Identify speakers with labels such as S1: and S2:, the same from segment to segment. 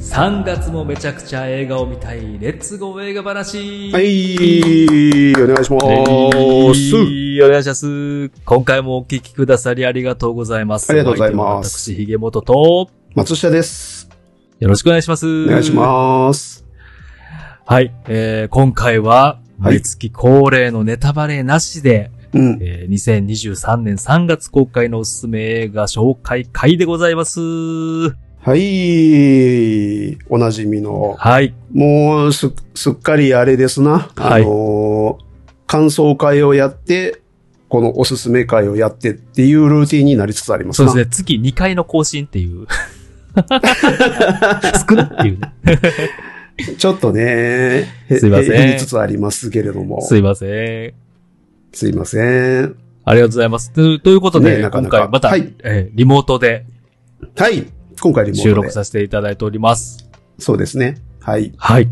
S1: 3月もめちゃくちゃ映画を見たい、レッツゴー映画話、
S2: はいい、お願いしま
S1: お
S2: す。
S1: 願いします。今回もお聞きくださりありがとうございます。
S2: ありがとうございま
S1: お相手
S2: す
S1: は私、ひげもとと、
S2: 松下です。
S1: よろしくお願いします。
S2: お
S1: お
S2: 願いします。
S1: す。はい、えー、今回は、
S2: はい
S1: 毎月恒例のネタバレなしで、
S2: うん。
S1: えー2023年3月公開のおすすめ映画紹介会でございます。
S2: はい、おなじみの、
S1: はい。
S2: もうす、すっかりあれですな。
S1: はい
S2: あのー感想会をやって、このおすすめ会をやってっていうルーティンになりつつあります
S1: そう
S2: な。
S1: ですね。月2回の更新っていう。 少なっていうね。
S2: ちょっとね、へ
S1: すいません
S2: 減りつつありますけれども。
S1: すいません。
S2: すいません。
S1: ありがとうございます。とということで、
S2: ねなかな
S1: 今
S2: か
S1: 回また、
S2: はい
S1: えーリモートで
S2: はい。今回リモ
S1: 収
S2: ートで
S1: 録。させていただいております。
S2: そうですね。はい。
S1: はい。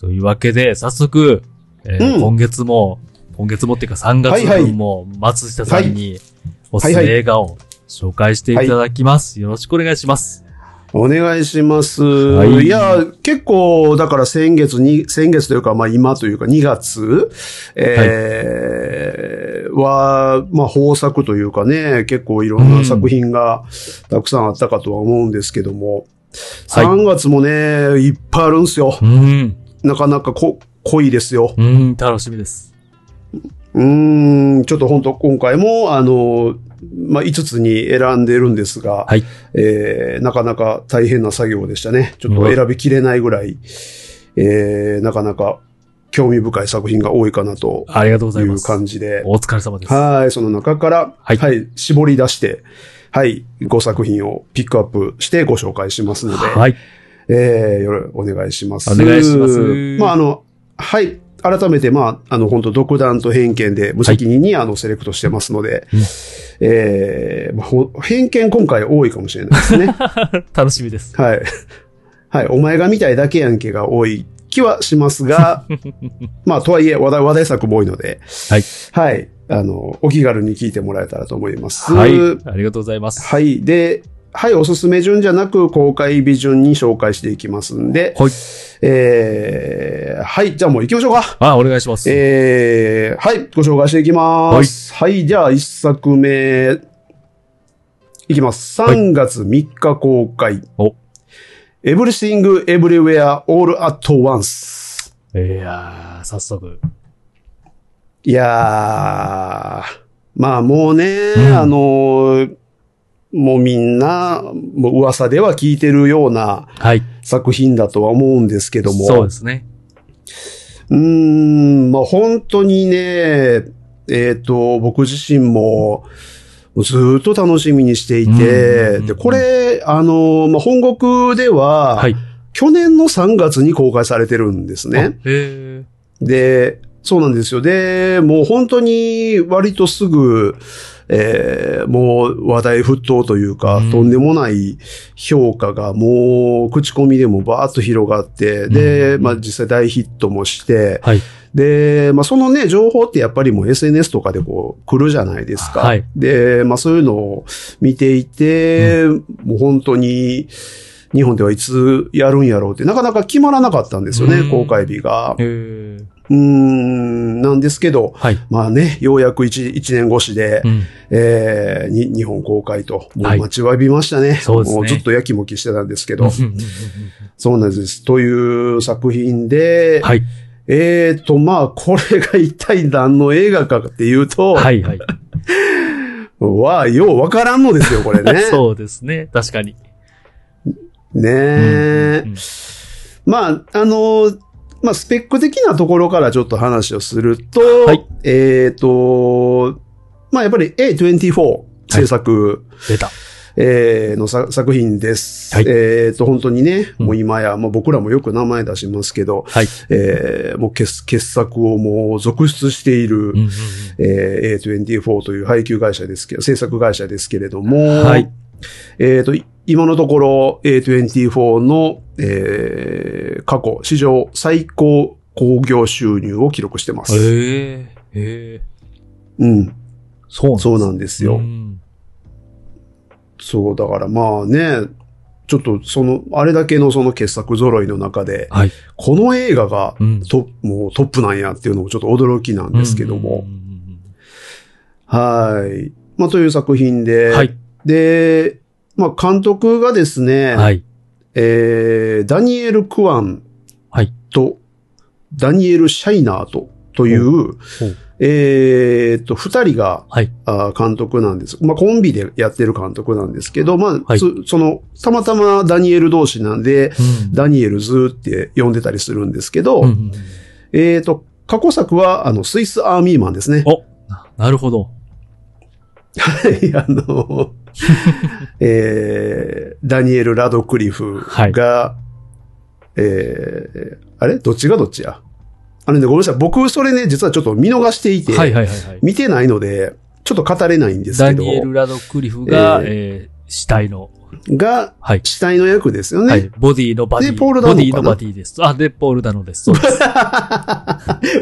S1: というわけで、早速、えー
S2: うん
S1: 今月も、今月もっていうか3月
S2: はいはい
S1: 分も松下さんにおすす
S2: は
S1: め
S2: いはい
S1: 映画を紹介していただきます。よろしくお願いします。
S2: お願いします。
S1: い
S2: い、や、結構、だから先月に、先月というか、まあ今というか2月、えーは、まあ豊作というかね、結構いろんな作品がたくさんあったかとは思うんですけども、
S1: はい
S2: 3月もね、いっぱいあるんですよ。
S1: うん。
S2: なかなかこ濃いですよ。
S1: うん、楽しみです。
S2: うーん、ちょっと本当今回も、あの、まあ、5つに選んでるんですが、
S1: はい
S2: えーなかなか大変な作業でしたね。ちょっ
S1: う
S2: と
S1: ん
S2: 選びきれないぐらい、えーなかなか興味深い作品が多いかなと
S1: ありがとうござ
S2: い
S1: いま
S2: う
S1: す。
S2: 感じで、
S1: お疲れ様です。
S2: はい、その中から、
S1: は
S2: はいい、絞り出して、はい、5作品をピックアップしてご紹介しますので、
S1: はい。
S2: えー、よろお願いします。
S1: お願いします
S2: まあ、あの、はい。改めて、まあ、あの、本当独断と偏見で無責任に、あの、セレクトしてますので、
S1: うん
S2: えーまあほ偏見今回多いかもしれないですね。
S1: 楽しみです。
S2: はい。 はい。お前が見たいだけやんけが多い気はします が、まあ、とはいえ、話題、話題作も多いので、
S1: はい。
S2: はい。あの、お気軽に聞いてもらえたらと思います。
S1: はい。ありがとうございます。
S2: はい。で、はい、おすすめ順じゃなく公開日順に紹介していきますんで、
S1: はい。
S2: えー、はい、じゃあもう行きましょうか。
S1: あ、お願いします。
S2: えー、はい、ご紹介していきます。はい、じゃあ一作目、いきます。
S1: はい
S2: 3月3日公開。
S1: お
S2: エブリシング・エブリウェア・オール・アット・ワンス。
S1: いやー、早速。
S2: いやー、まあもうね、
S1: うん
S2: あのーもうみんな、もう噂では聞いてるような
S1: はい。
S2: 作品だとは思うんですけども。
S1: そうですね。
S2: うーん、まあ本当にね、えっ、と、僕自身も、もうずーっと楽しみにしてい
S1: うんうんう
S2: て、
S1: ん
S2: で、これ、あの、まあ、本国では、
S1: はい。
S2: 去年の3月に公開されてるんです
S1: あへ
S2: ね。
S1: え。
S2: で、そうなんですよ。で、もう本当に割とすぐ、えーもう話題沸騰というか、
S1: うん
S2: とんでもない評価がもう口コミでもバーッと広がって、で、
S1: うん
S2: まあ実際大ヒットもして、
S1: はい。
S2: で、まあ、そのね、情報ってやっぱりもう SNS とかでこう、来るじゃないですか。
S1: はい
S2: で、まあ、そういうのを見ていて、もう本当に、日本ではいつやるんやろうって、なかなか決まらなかったんですよ
S1: うん
S2: ね、公開日が。
S1: へえ。
S2: うーん、なんですけど、
S1: はい。
S2: まあね、ようやく一一年越しで、
S1: うん。
S2: えーに、日本公開と、も
S1: は
S2: う
S1: い
S2: 待ちわびましたね。
S1: そうですね
S2: もうずっとやきもきしてたんですけ
S1: うん
S2: ど、
S1: うん
S2: そうなんです。という作品で、
S1: はい。
S2: えーと、まあ、これが一体何の映画かっていうと、は、
S1: はい。はい。
S2: ようわからんのですよ、これね。
S1: そうですね。確かに。
S2: ねえ、
S1: うんうんうん
S2: まあ、あの、まあ、スペック的なところからちょっと話をすると、
S1: はい
S2: えーと、まあ、やっぱり A24 制作、
S1: 出た。
S2: えーのさ作品です。
S1: はい
S2: えーと、本当にね、
S1: うん
S2: もう今や、まあ、僕らもよく名前出しますけど、
S1: はい。
S2: えーもう傑傑作をもう続出している、
S1: うんうんうん
S2: えー、A24 という配給会社ですけど、制作会社ですけれども、
S1: はい
S2: えっ、と、い今のところ A24 の、えー過去、史上最高興行収入を記録してます。
S1: へえ。へえ。
S2: うん、
S1: そうなん
S2: そうなんです
S1: う
S2: よ。
S1: ん
S2: そう、だからまあね、ちょっとその、あれだけのその傑作揃いの中で、
S1: はい
S2: この映画が
S1: うん
S2: トップ、もうトップなんやっていうのもちょっと驚きなんですけども。
S1: うんうんうん
S2: はい。まあという作品で、
S1: うん。はい。
S2: で、まあ監督がですね、
S1: はい。
S2: えーダニエル・クアン
S1: はい
S2: と、ダニエル・シャイナーと、という
S1: ほう、
S2: えーっと、二人が、
S1: はい
S2: あー監督なんです。まあ、コンビでやってる監督なんですけど、まあ、
S1: はい
S2: つその、たまたまダニエル同士なんで、
S1: うん
S2: ダニエルズって呼んでたりするんですけど、
S1: うんうんうん
S2: えーっと、過去作は、あの、スイスアーミーマンですね。
S1: おななるほど。
S2: はい、 あの、 えー、ダニエル・ラドクリフが、えー、あれどっちがどっちやあれね、ごめんなさい。僕、それね、実はちょっと見逃していて、
S1: はいはいはいはい。
S2: 見てないので、ちょっと語れないんです
S1: ダ
S2: けど
S1: ニ、エル・ラドクリフが、
S2: えー
S1: えー死体の、
S2: が、
S1: はい。
S2: 死体の役ですよね。
S1: はい。ボディのバディ。
S2: でポールダノン
S1: ボ
S2: か
S1: ディ
S2: な
S1: のバディです。あ、で、ポールダノンです。そうです。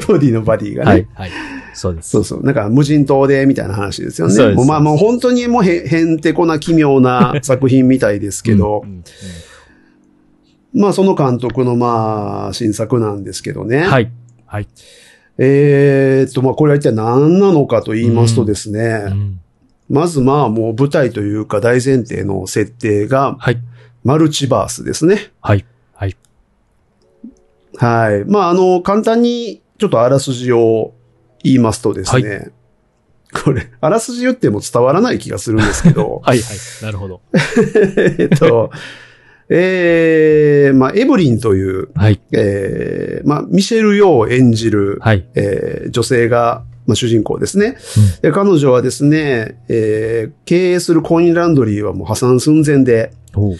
S2: ボディのバディがね。
S1: はい。はい。そうです。
S2: そうそう。なんか無人島で、みたいな話ですよね。
S1: そうです
S2: もうまあもう本当にもうへへんてこな奇 妙な作品みたいですけど、
S1: うんうん
S2: まあその監督のまあ新作なんですけどね。
S1: うんはい。はい。
S2: えーっと、まあ、これは一体何なのかと言いますとですね、
S1: うん
S2: まずまあ、もう舞台というか大前提の設定が、
S1: はい。
S2: マルチバースですね。
S1: はい。はい。
S2: はい。まあ、あの、簡単に、ちょっとあらすじを言いますとですね、これ、あらすじ言っても伝わらない気がするんですけど、
S1: はい。はい。なるほど。
S2: えーっと、えー、まあ、エブリンという、
S1: はい。
S2: えー、まあ、ミシェル・ヨーを演じる、
S1: はい。
S2: えー女性が、まあ、主人公ですね、で。彼女はですね、えー経営するコインランドリーはもう破産寸前で、
S1: ほう。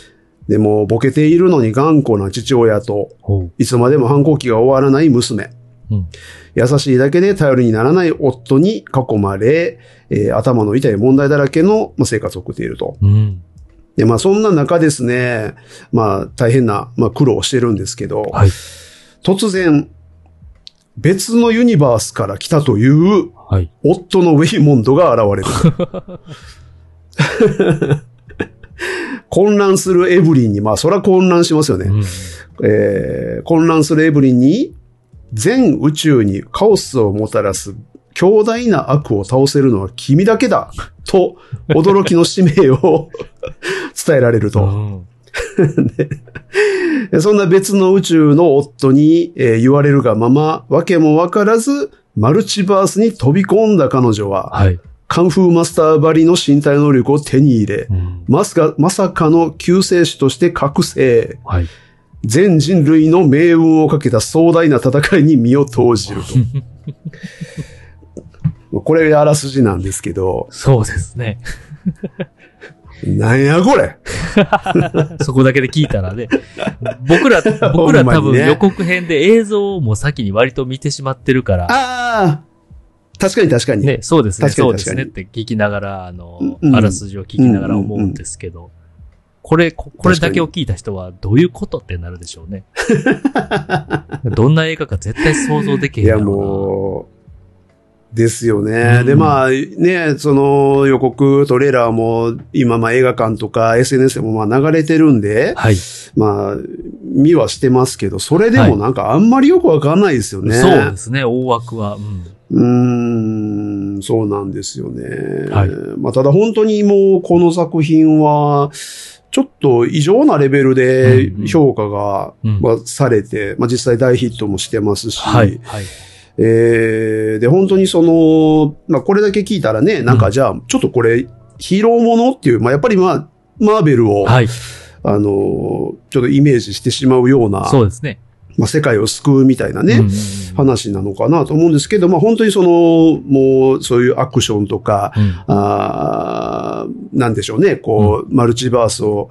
S2: でもうボケているのに頑固な父親と、
S1: ほう。
S2: いつまでも反抗期が終わらない娘。
S1: うん
S2: 優しいだけで頼りにならない夫に囲まれ、えー頭の痛い問題だらけのまあ生活を送っていると。
S1: うん。
S2: で、まあそんな中ですね、まあ大変な、まあ、苦労をしてるんですけど、
S1: はい。
S2: 突然、別のユニバースから来たという
S1: はい。
S2: 夫のウェイモンドが現れる。 混乱するエブリンに、まあ、そら混乱しますよ
S1: う
S2: ね。
S1: ん。
S2: えー混乱するエブリンに、全宇宙にカオスをもたらす強大な悪を倒せるのは君だけだ と、驚きの使命を伝えられると。
S1: うん
S2: でそんな別の宇宙の夫に、えー言われるがまま、わけもわからず、マルチバースに飛び込んだ彼女は、
S1: はい。
S2: カンフーマスターばりの身体能力を手に入れ、
S1: うん
S2: まさか、まさかの救世主として覚醒。
S1: はい。
S2: 全人類の命運をかけた壮大な戦いに身を投じる と。これがあらすじなんですけど、
S1: そうですね。
S2: なんやこれ
S1: そこだけで聞いたらね。僕ら、僕ら多
S2: ほんまに
S1: 分
S2: ね
S1: 予告編で映像をもう先に割と見てしまってるから。
S2: ああ確かに確かに。
S1: ね、そうですね、
S2: 確かに
S1: そうですねっ
S2: 確
S1: て聞きながら、あの
S2: うん、うん
S1: あらすじを聞きながら思うんですけど、これ、ここれだけを聞いた人はどういうことってなるでしょ うね。どんな映画か絶対想像できへ
S2: い
S1: んや
S2: や
S1: ろ
S2: もう、ですよね。
S1: うん
S2: で、まあね、その予告、トレーラーも今、まあ映画館とか SNS でもまあ流れてるんで
S1: う、な。はい。
S2: まあ、見はしてますけど、それで
S1: はい
S2: もなんかあんまりよくわかんないですよね。
S1: そうですね、大枠は。うん。
S2: うーん、そうなんですよね。
S1: はい
S2: まあ、ただ本当にもうこの作品は、ちょっと異常なレベルで
S1: うんうん
S2: 評価が、
S1: うん
S2: まあされて、まあ、実際大ヒットもしてますし、
S1: はい。はい。
S2: えー、で、本当にその、まあ、これだけ聞いたらね、なんかじゃあ、ちょっとこれ、ヒーローものっていう、まあ、やっぱりまあ、マーベルを、
S1: はい。
S2: あのー、ちょっとイメージしてしまうような、
S1: そうですね。
S2: まあ、世界を救うみたいなね、
S1: うんうんうん
S2: 話なのかなと思うんですけど、まあ本当にその、もうそういうアクションとか、
S1: うん
S2: あーなんでしょうね、こう、マルチバースを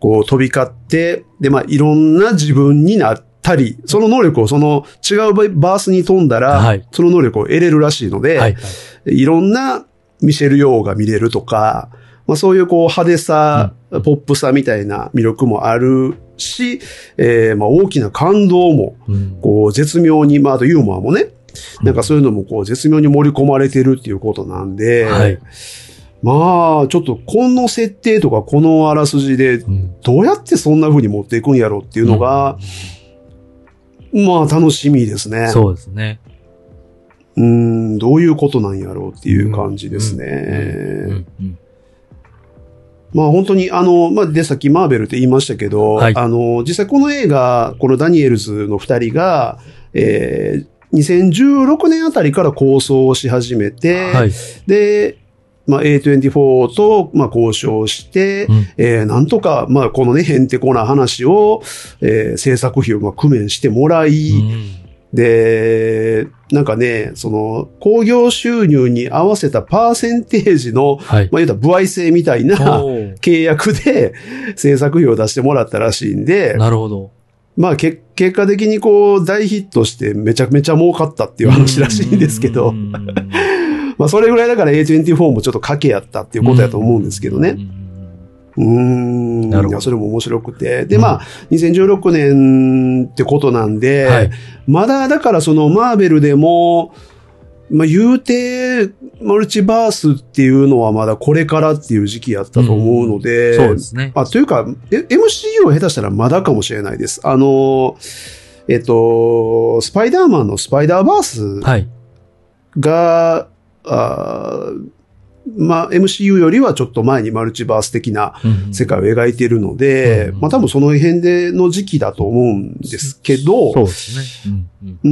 S2: こう飛び交って、で、まあいろんな自分になったり、その能力をその違うバースに飛んだら、
S1: はい
S2: その能力を得れるらしいので、
S1: はい
S2: い、
S1: はい。
S2: ろんなミシェル・ヨーが見れるとか、まあそういうこう派手さ、
S1: うん
S2: ポップさみたいな魅力もあるし、えーまあ大きな感動も、
S1: うん
S2: こう、絶妙に、まあ、あとユーモアもね、なんかそういうのもこう、絶妙に盛り込まれてるっていうことなんで、
S1: はい。
S2: うまあ、ちょっとこの設定とかこのあらすじで、
S1: うん
S2: どうやってそんな風に持っていくんやろうっていうのが、まあ楽しみですね。
S1: そうですね。
S2: うーん、どういうことなんやろうっていう感じです
S1: うんう
S2: ね。
S1: んうん
S2: まあ本当にあの、まあでさっきマーベルって言いましたけど、
S1: はい
S2: あの、実際この映画、このダニエルズの二人が、えー2016年あたりから構想をし始めて、
S1: はい。
S2: で、まあ、A24 と、まあ、交渉して、
S1: うん
S2: えーなんとか、まあ、このね、へんてこな話を、えー制作費を、まあ、工面してもらい、で、なんかね、その、興行収入に合わせたパーセンテージの、
S1: はい。
S2: まあ、言うたら、歩合制みたいな
S1: おー
S2: 契約で制作費を出してもらったらしいんで、
S1: なるほど。
S2: まあ、け結果的にこう、大ヒットして、めちゃめちゃ儲かったっていう話らしいんですけど、
S1: うんうんうんうん
S2: まあ、それぐらいだから A24 もちょっと賭けやったっていうことやと思うんですけどね。うーん。
S1: なるほど
S2: いやそれも面白くて。で、
S1: うん
S2: まあ、2016年ってことなんで、
S1: はい
S2: まだ、だからその、マーベルでも、まあ、言うて、マルチバースっていうのはまだこれからっていう時期やったと思うので、
S1: そうですね。
S2: あ、というか、え MCU は下手したらまだかもしれないです。あの、えっと、スパイダーマンのスパイダーバース
S1: はい。
S2: が、あーまあ、MCU よりはちょっと前にマルチバース的な
S1: うん
S2: 世界を描いているので、
S1: うん
S2: まあ多分その辺での時期だと思うんですけど、
S1: そうですね。うんう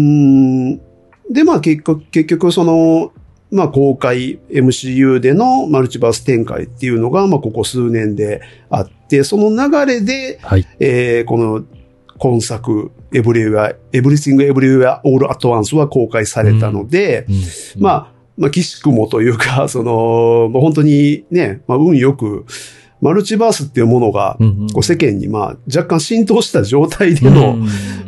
S1: ん
S2: うーん。で、まあ結局、結局その、まあ公開 MCU でのマルチバース展開っていうのが、まあここ数年であって、その流れで、
S1: はい。
S2: えーこの今作、エブリウェア、エブリシングエブリウェアオールアットワンスは公開されたので、ま
S1: あ、
S2: あ、まあ、岸くもというか、 その、まあ、本当にね、まあ、運よく、マルチバースっていうものが、こう世間に、まあ、若干浸透した状態での、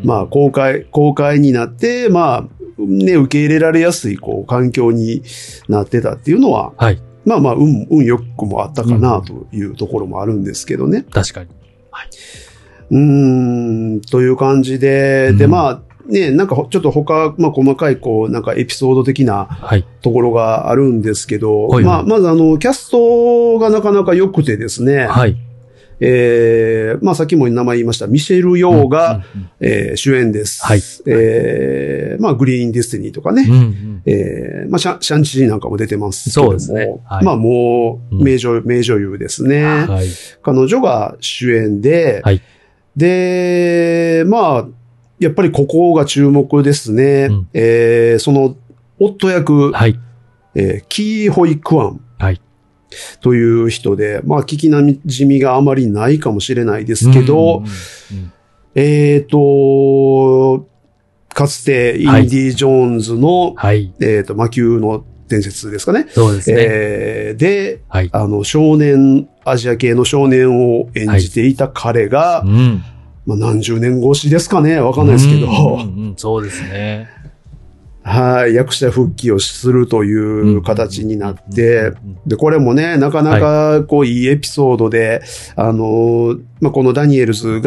S2: まあ、公開、公開になって、まあ、ね、受け入れられやすい、こう、環境になってたっていうのは、
S1: あ、はい。
S2: まあまあ、運、運よくもあったかな、というところもあるんですけどね。
S1: 確かに。
S2: うーん、という感じで、で、
S1: うん
S2: まあ、ね、なんかほ、ちょっと他、まあ、細かい、こう、なんか、エピソード的な、
S1: はい。
S2: ところがあるんですけど、
S1: はい
S2: まあ、まずあの、キャストがなかなか良くてですね、
S1: はい。
S2: えーまあ、さっきも名前言いました、ミシェル・ヨーが、
S1: うん
S2: えー主演です。
S1: はい
S2: えーまあ、グリーン・ディスティニーとか
S1: うん
S2: ね、
S1: うんうん
S2: えーまあ、シャンシャンチーなんかも出てますけども。
S1: そうですねはい
S2: まあ、もう、
S1: うん
S2: 名女、名女優です
S1: う
S2: ね。
S1: んはい。
S2: 彼女が主演で、
S1: はい
S2: で、まあ、やっぱりここが注目ですね。
S1: うん
S2: えーその、夫役、
S1: はい。
S2: えーキー・ホイ・クアン。
S1: はい
S2: という人で、まあ、聞きなじみがあまりないかもしれないですけど、
S1: うんうん
S2: えっ、と、かつて、イン
S1: はい
S2: ディ・ジョーンズの、
S1: はい。
S2: えっ、と、魔球の伝説ですかね。
S1: そうですね。
S2: えーで、
S1: はい。
S2: あの、少年、アジア系の少年を演じていた彼が、
S1: うん。
S2: まあ、何十年越しですかねわかんないですけど、
S1: うんうんうんそうですね。
S2: はい、役者復帰をするという形になって、
S1: うん
S2: で、これもね、なかなか、こう、いいエピソードで、あのー、まあ、このダニエルズ
S1: は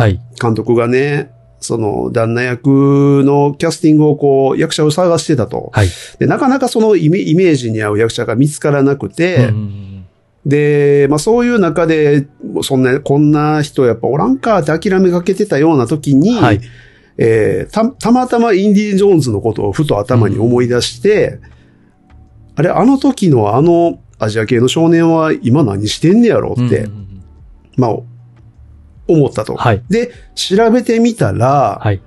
S2: が、
S1: い。
S2: 監督がね、その、旦那役のキャスティングをこう、役者を探してたと。
S1: はい。
S2: で、なかなかそのイメイメージに合う役者が見つからなくて、
S1: うんうんうん
S2: で、まあ、そういう中で、そんな、こんな人やっぱおらんかって諦めかけてたような時に、
S1: はい
S2: えーた、たまたまインディ・ージョーンズのことをふと頭に思い出して、あれ、あの時のあのアジア系の少年は今何してんねやろ
S1: うんうんうん
S2: って、まあ、思ったと。
S1: はい。
S2: で、調べてみたら、
S1: はい。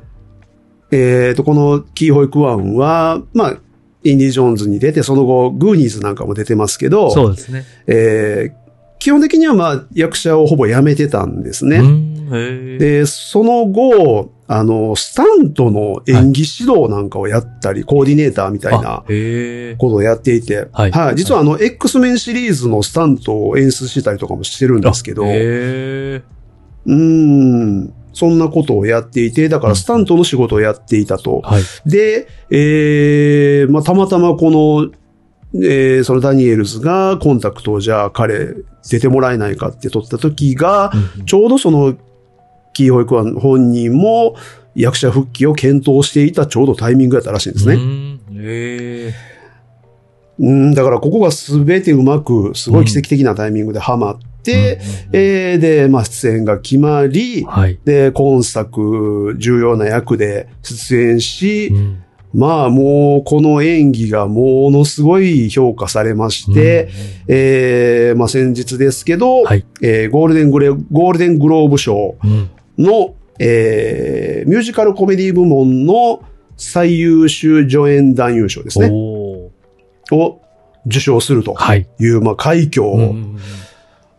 S2: えっ、と、このキーホイクワンは、まあ、インディ・ジョーンズに出て、その後、グーニーズなんかも出てますけど、
S1: そうですね。
S2: えー基本的にはまあ役者をほぼ辞めてたんです
S1: う
S2: ね。
S1: んへー
S2: で、その後、あの、スタントの演技指導なんかをやったり、コーディネーターみたいな
S1: あへー
S2: ことをやっていて、
S1: はい
S2: 実はあの、X メンシリーズのスタントを演出してたりとかもしてるんですけど、う
S1: へー
S2: ーん、そんなことをやっていて、だからスタントの仕事をやっていたと。
S1: はい。
S2: で、えーまあ、たまたまこの、えーそのダニエルズがコンタクトをじゃあ彼出てもらえないかって取った時が、
S1: うんうん
S2: ちょうどその、キーホイクワン本人も役者復帰を検討していたちょうどタイミングやったらしいんですね。
S1: うんへー
S2: うん、だからここが全てうまく、すごい奇跡的なタイミングでハマって、えーで、まあ、出演が決まり、
S1: はい。
S2: で、今作、重要な役で出演し、
S1: うん
S2: まあもう、この演技がものすごい評価されまして、、えーまあ先日ですけど、
S1: はい
S2: えーゴールデングレ、ゴールデングローブ賞
S1: うんうん
S2: の、えーミュージカルコメディ部門の最優秀助演男優賞ですね、
S1: おー
S2: を受賞すると
S1: はい。
S2: いう、まあ快挙を、
S1: うん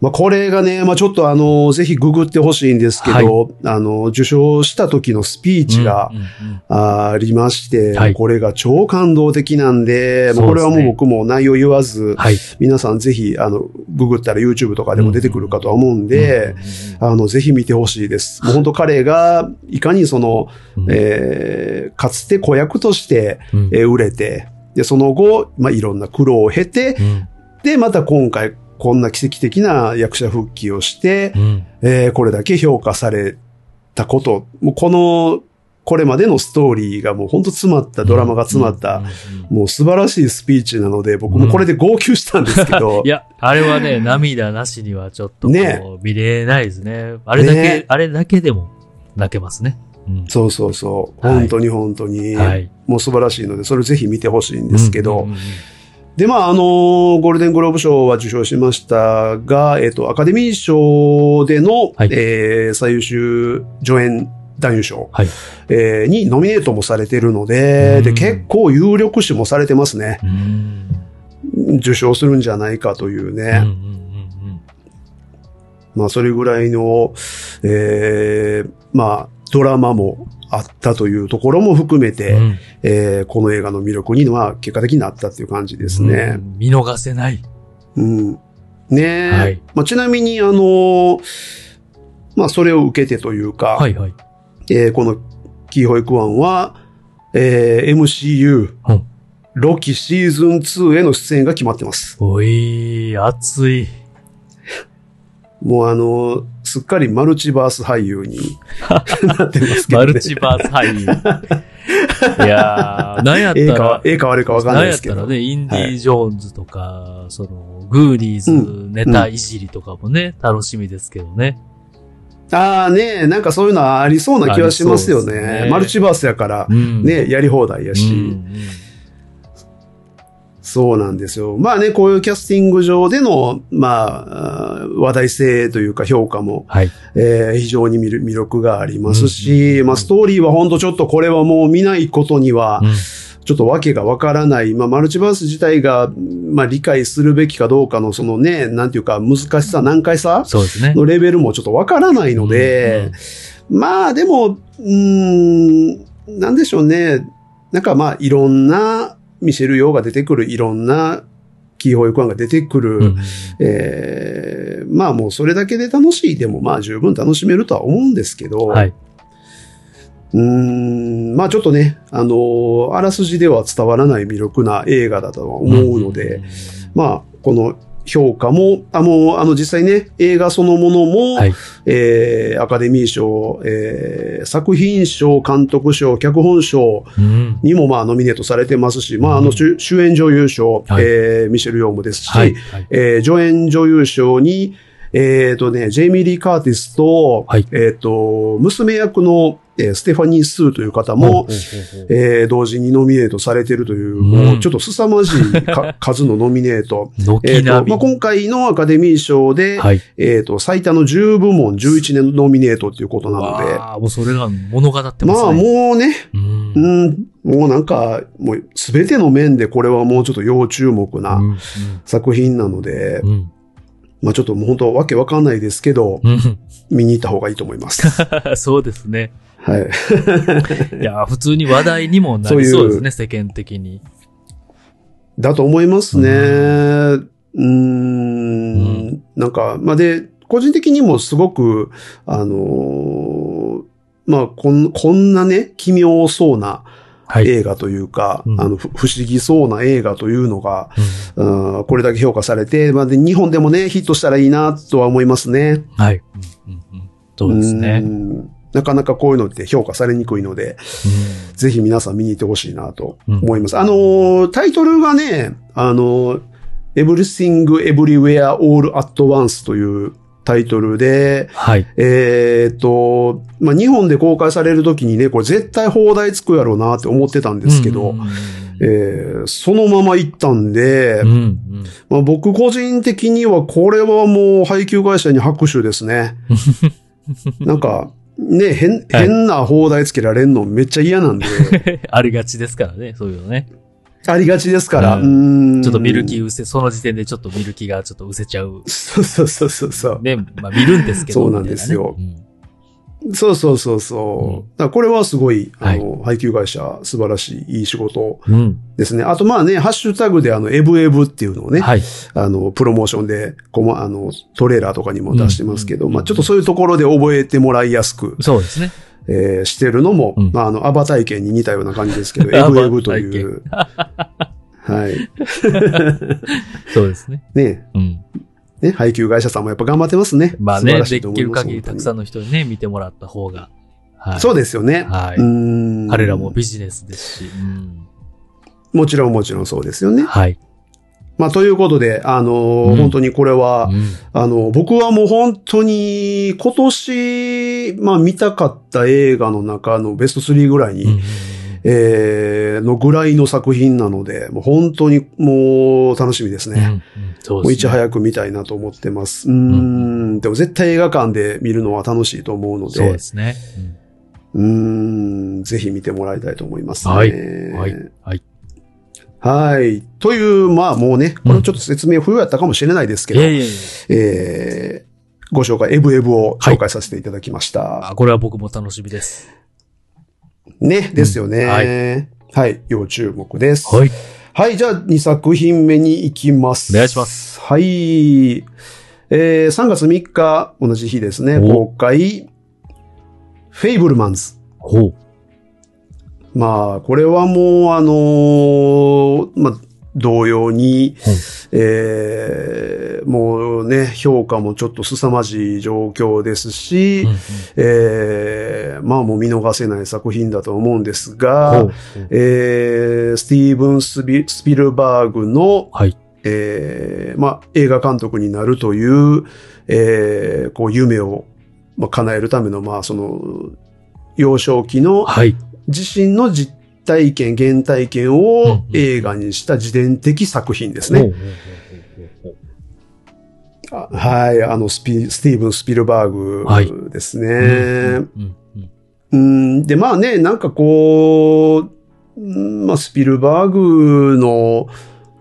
S2: まあ、これがね、まあ、ちょっとあの、ぜひググってほしいんですけど、あの、受賞した時のスピーチが、
S1: うんうん
S2: ありまして、
S1: はい
S2: これが超感動的なんで、ま
S1: そ
S2: あ
S1: う
S2: こ
S1: で
S2: れ
S1: すね
S2: はもう僕も内容言わず、
S1: はい。
S2: 皆さんぜひ、あの、ググったら YouTube とかでも出てくるかとは思うんで、あの、ぜひ見てほしいです。もう本当彼が、いかにその、
S1: うん、
S2: えーかつて子役として、
S1: うん
S2: えー売れて、で、その後、まあ、いろんな苦労を経て、
S1: うん
S2: で、また今回、こんな奇跡的な役者復帰をして、
S1: うん
S2: えーこれだけ評価されたこと、もうこの、これまでのストーリーがもうほんと詰まった、ドラマが詰まった、
S1: うんうんうん
S2: もう素晴らしいスピーチなので、僕もこれで号泣したんですけど、
S1: いや、あれはね、涙なしにはちょっとこう
S2: ね
S1: 見れないですね。あれだけ、
S2: ね
S1: あれだけでも泣けますね。うん
S2: そうそうそう、
S1: はい
S2: 本当に本当に、
S1: はい。
S2: もう素晴らしいので、それぜひ見てほしいんですけど、
S1: うんうんうん
S2: で、まあ、あのーゴールデングローブ賞は受賞しましたが、えっ、と、アカデミー賞での、
S1: はい
S2: えー最優秀助演男優賞、
S1: はい
S2: えーにノミネートもされてるので、
S1: う
S2: で、
S1: ん
S2: 結構有力視もされてますね。
S1: うんうん
S2: 受賞するんじゃないかとい
S1: う
S2: う
S1: んうん
S2: ね。
S1: うん
S2: まあ、それぐらいの、えーまあ、ドラマもあったというところも含めて、
S1: うん
S2: えーこの映画の魅力には結果的になったっていう感じです
S1: う
S2: ね。
S1: ん見逃せない。
S2: うん。ねえ、
S1: はい
S2: まあ、ちなみに、あの、まあ、それを受けてというか、
S1: はいはい。
S2: えーこのキーホイクワンは、えー MCU、
S1: うん
S2: ロキシーズン2への出演が決まってます。
S1: おい、熱い。
S2: もうあの、すっかりマルチバース俳優 になってますけど、
S1: マ
S2: ね。
S1: ルチバース俳優。 いやー、なんやっ
S2: ええ
S1: た、、
S2: からええか悪いかわかんないですけ
S1: んや
S2: ど。
S1: ったらね、インディ・ジョーンズとか、その、グーニーズネタいじりとかもね、楽しみですけどね。
S2: ああね、なんかそういうのはありそうな気はしますよ
S1: ありそうです
S2: ね。
S1: ね
S2: マルチバースやから、
S1: うん
S2: ね、やり放題やし、
S1: うん
S2: そうなんですよ。まあね、こういうキャスティング上での、まあ、あー話題性というか評価も、
S1: はい。
S2: えー非常に魅力魅力がありますし、
S1: うん
S2: まあストーリーは本当ちょっとこれはもう見ないことには、
S1: うん
S2: ちょっとわけがわからない、まあ、マルチバース自体が、まあ、理解するべきかどうかの、そのね、なんていうか、難しさ、難解さ
S1: そうですね。
S2: のレベルもちょっとわからないので、まあ、でも、うーん、なんでしょうね。なんかまあ、いろんな、ミシェル・ヨーが出てくる、いろんな、キーホイクワンが出てくる、
S1: うん、
S2: ええまあもうそれだけで楽しいでもまあ十分楽しめるとは思うんですけど、
S1: はい。
S2: うーん、まあちょっとね、あのーあらすじでは伝わらない魅力な映画だとは思うので、
S1: ん、
S2: まあ、この評価も、あ、もう、あの、実際ね、映画そのものも、
S1: はい
S2: えーアカデミー賞、えー作品賞、監督賞、脚本賞
S1: うん
S2: にも、まあ、ノミネートされてますし、まあ、あ
S1: う
S2: の、
S1: ん
S2: 主主演女優賞、
S1: はい
S2: えーミシェル・ヨーもですし、
S1: はい。はい。
S2: えー助演女優賞に、えっ、とね、ジェイミー・リー・カーティスと、
S1: はい
S2: えっ、と、娘役の、えーステファニー・スーという方も、
S1: う
S2: えー同時にノミネートされてるという、
S1: うん
S2: もうちょっと凄まじい か数のノミネート。
S1: 軒
S2: え
S1: 並
S2: ーと
S1: み。
S2: まあ、今回のアカデミー賞で、
S1: はい。
S2: えーと、最多の10部門11年ノミネートっていうことなので、
S1: ああ、もうそれが物語ってま
S2: ますあ
S1: ね。
S2: もうね、
S1: うん
S2: う。ん、もうなんか、もう全ての面でこれはもうちょっと要注目
S1: う
S2: なん作品なので、
S1: うん。
S2: まあちょっともう本当わけわかんないですけど、
S1: うん。
S2: 見に行った方がいいと思 います。
S1: そうですね。
S2: はい。
S1: いや、普通に話題にもなりそうですね、世間的に。
S2: だと思いますね。うーん。、
S1: うん
S2: なんか、まあ、で、個人的にもすごく、あのーまあ、こん、こんなね、奇妙そうな
S1: はい。
S2: 映画というか、
S1: うん
S2: あの、ふ不思議そうな映画というのが、
S1: うん
S2: うんこれだけ評価されて、まあ、で、日本でもね、ヒットしたらいいな、とは思いますね。
S1: はい。うんうんうんそうですね。
S2: んなかなかこういうのって評価されにくいので、ぜひ皆さん見に行ってほしいなと思います。あのー、タイトルがね、あのー、Everything Everywhere All at Once というタイトルで、
S1: はい。
S2: えーっと、まあ、日本で公開されるときにね、これ絶対放題つくやろうなって思ってたんですけど、
S1: うん
S2: えーそのまま行ったんで、
S1: うんうん
S2: まあ、僕個人的にはこれはもう配給会社に拍手で すね。なんか、ね、変、
S1: はい
S2: 変な放題つけられんのめっちゃ嫌なんで、
S1: ありがちですからね、そういうのね。
S2: ありがちですから、
S1: う
S2: うん
S1: ちょっと見る気うせ、その時点でちょっと見る気がちょっとうせちゃう。
S2: そうそうそうそうそう。
S1: ね、まあ見るんですけど。
S2: そうなんですよ
S1: みたいなね
S2: そうそうそうそ
S1: う
S2: う。
S1: ん
S2: だからこれはすごい、あの、配給会社、素晴らしい、いい仕事
S1: うんうん。
S2: ですね。あとまあね、ハッシュタグであの、エブエブっていうのをね、
S1: はい。
S2: あの、プロモーションで、こま、あの、トレーラーとかにも出してますけど、
S1: うん
S2: まあちょっとそういうところで覚えてもらいやすく、
S1: そうですね。
S2: えーしてるのも、
S1: うん
S2: まああの、アバ体験に似たような感じですけど、エ
S1: アバ
S2: ブ
S1: 体験
S2: エブという、はい。
S1: そうですね。
S2: ね、
S1: うん。
S2: ね、配給会社さんもやっぱ頑張ってますね。
S1: まあね、できる
S2: ます
S1: 限りたくさんの人にね、見てもらった方が。はい。
S2: そうですよね。
S1: は
S2: う
S1: い。
S2: ーん
S1: 彼らもビジネスですし。うん
S2: もちろんもちろんそうですよね。
S1: はい。
S2: まあ、ということで、あのー
S1: うん
S2: 本当にこれは、
S1: うん
S2: あの、僕はもう本当に今年、まあ見たかった映画の中のベスト3ぐらいに、
S1: うん
S2: えー、のぐらいの作品なので、もう本当にもう楽しみです
S1: うんう
S2: ね。
S1: んそう
S2: もうい
S1: です
S2: ち
S1: ね。
S2: 早く見たいなと思ってます。うーん、でも絶対映画館で見るのは楽しいと思うので、
S1: そうですね。うん
S2: うーん、ぜひ見てもらいたいと思いますね。
S1: はいはい。はい。
S2: はい。という、まあもうね、これちょっと説明不要やったかもしれないですけ
S1: い
S2: ど、
S1: やいやいや
S2: えーご紹介、エブエブを紹介させていただきました。
S1: あ、これは僕も楽しみです。
S2: ね、ですよね、
S1: うん
S2: は。
S1: はい
S2: 要注目です。はい。
S1: はい。
S2: じゃあ2作品目に行きます。
S1: お願いします。
S2: はい。えー、3月3日、同じ日ですね、
S1: お
S2: 公開、フェイブルマンズ。
S1: ほう。
S2: まあ、これはもう、あのーまあ、同様に、
S1: うん
S2: えーもうね、評価もちょっと凄まじい状況ですし、
S1: うんうん
S2: えーまあもう見逃せない作品だと思うんです
S1: ほ
S2: が
S1: う、。
S2: えースティーブン・スピスピルバーグの、
S1: はい
S2: えーまあ、映画監督になるという、えーこう夢を、まあ、叶えるための、まあ、その、幼少期の
S1: はい。
S2: 自身の実体験、原体験を
S1: うん
S2: 映画にした自伝的作品です
S1: ほ
S2: ね。
S1: うほうほうほうほう
S2: あはい、あのスピ、スティーブン・スピルバ
S1: は
S2: ーグですね。
S1: うんうん
S2: うん、で、まあね、なんかこう、うんまあ、スピルバーグの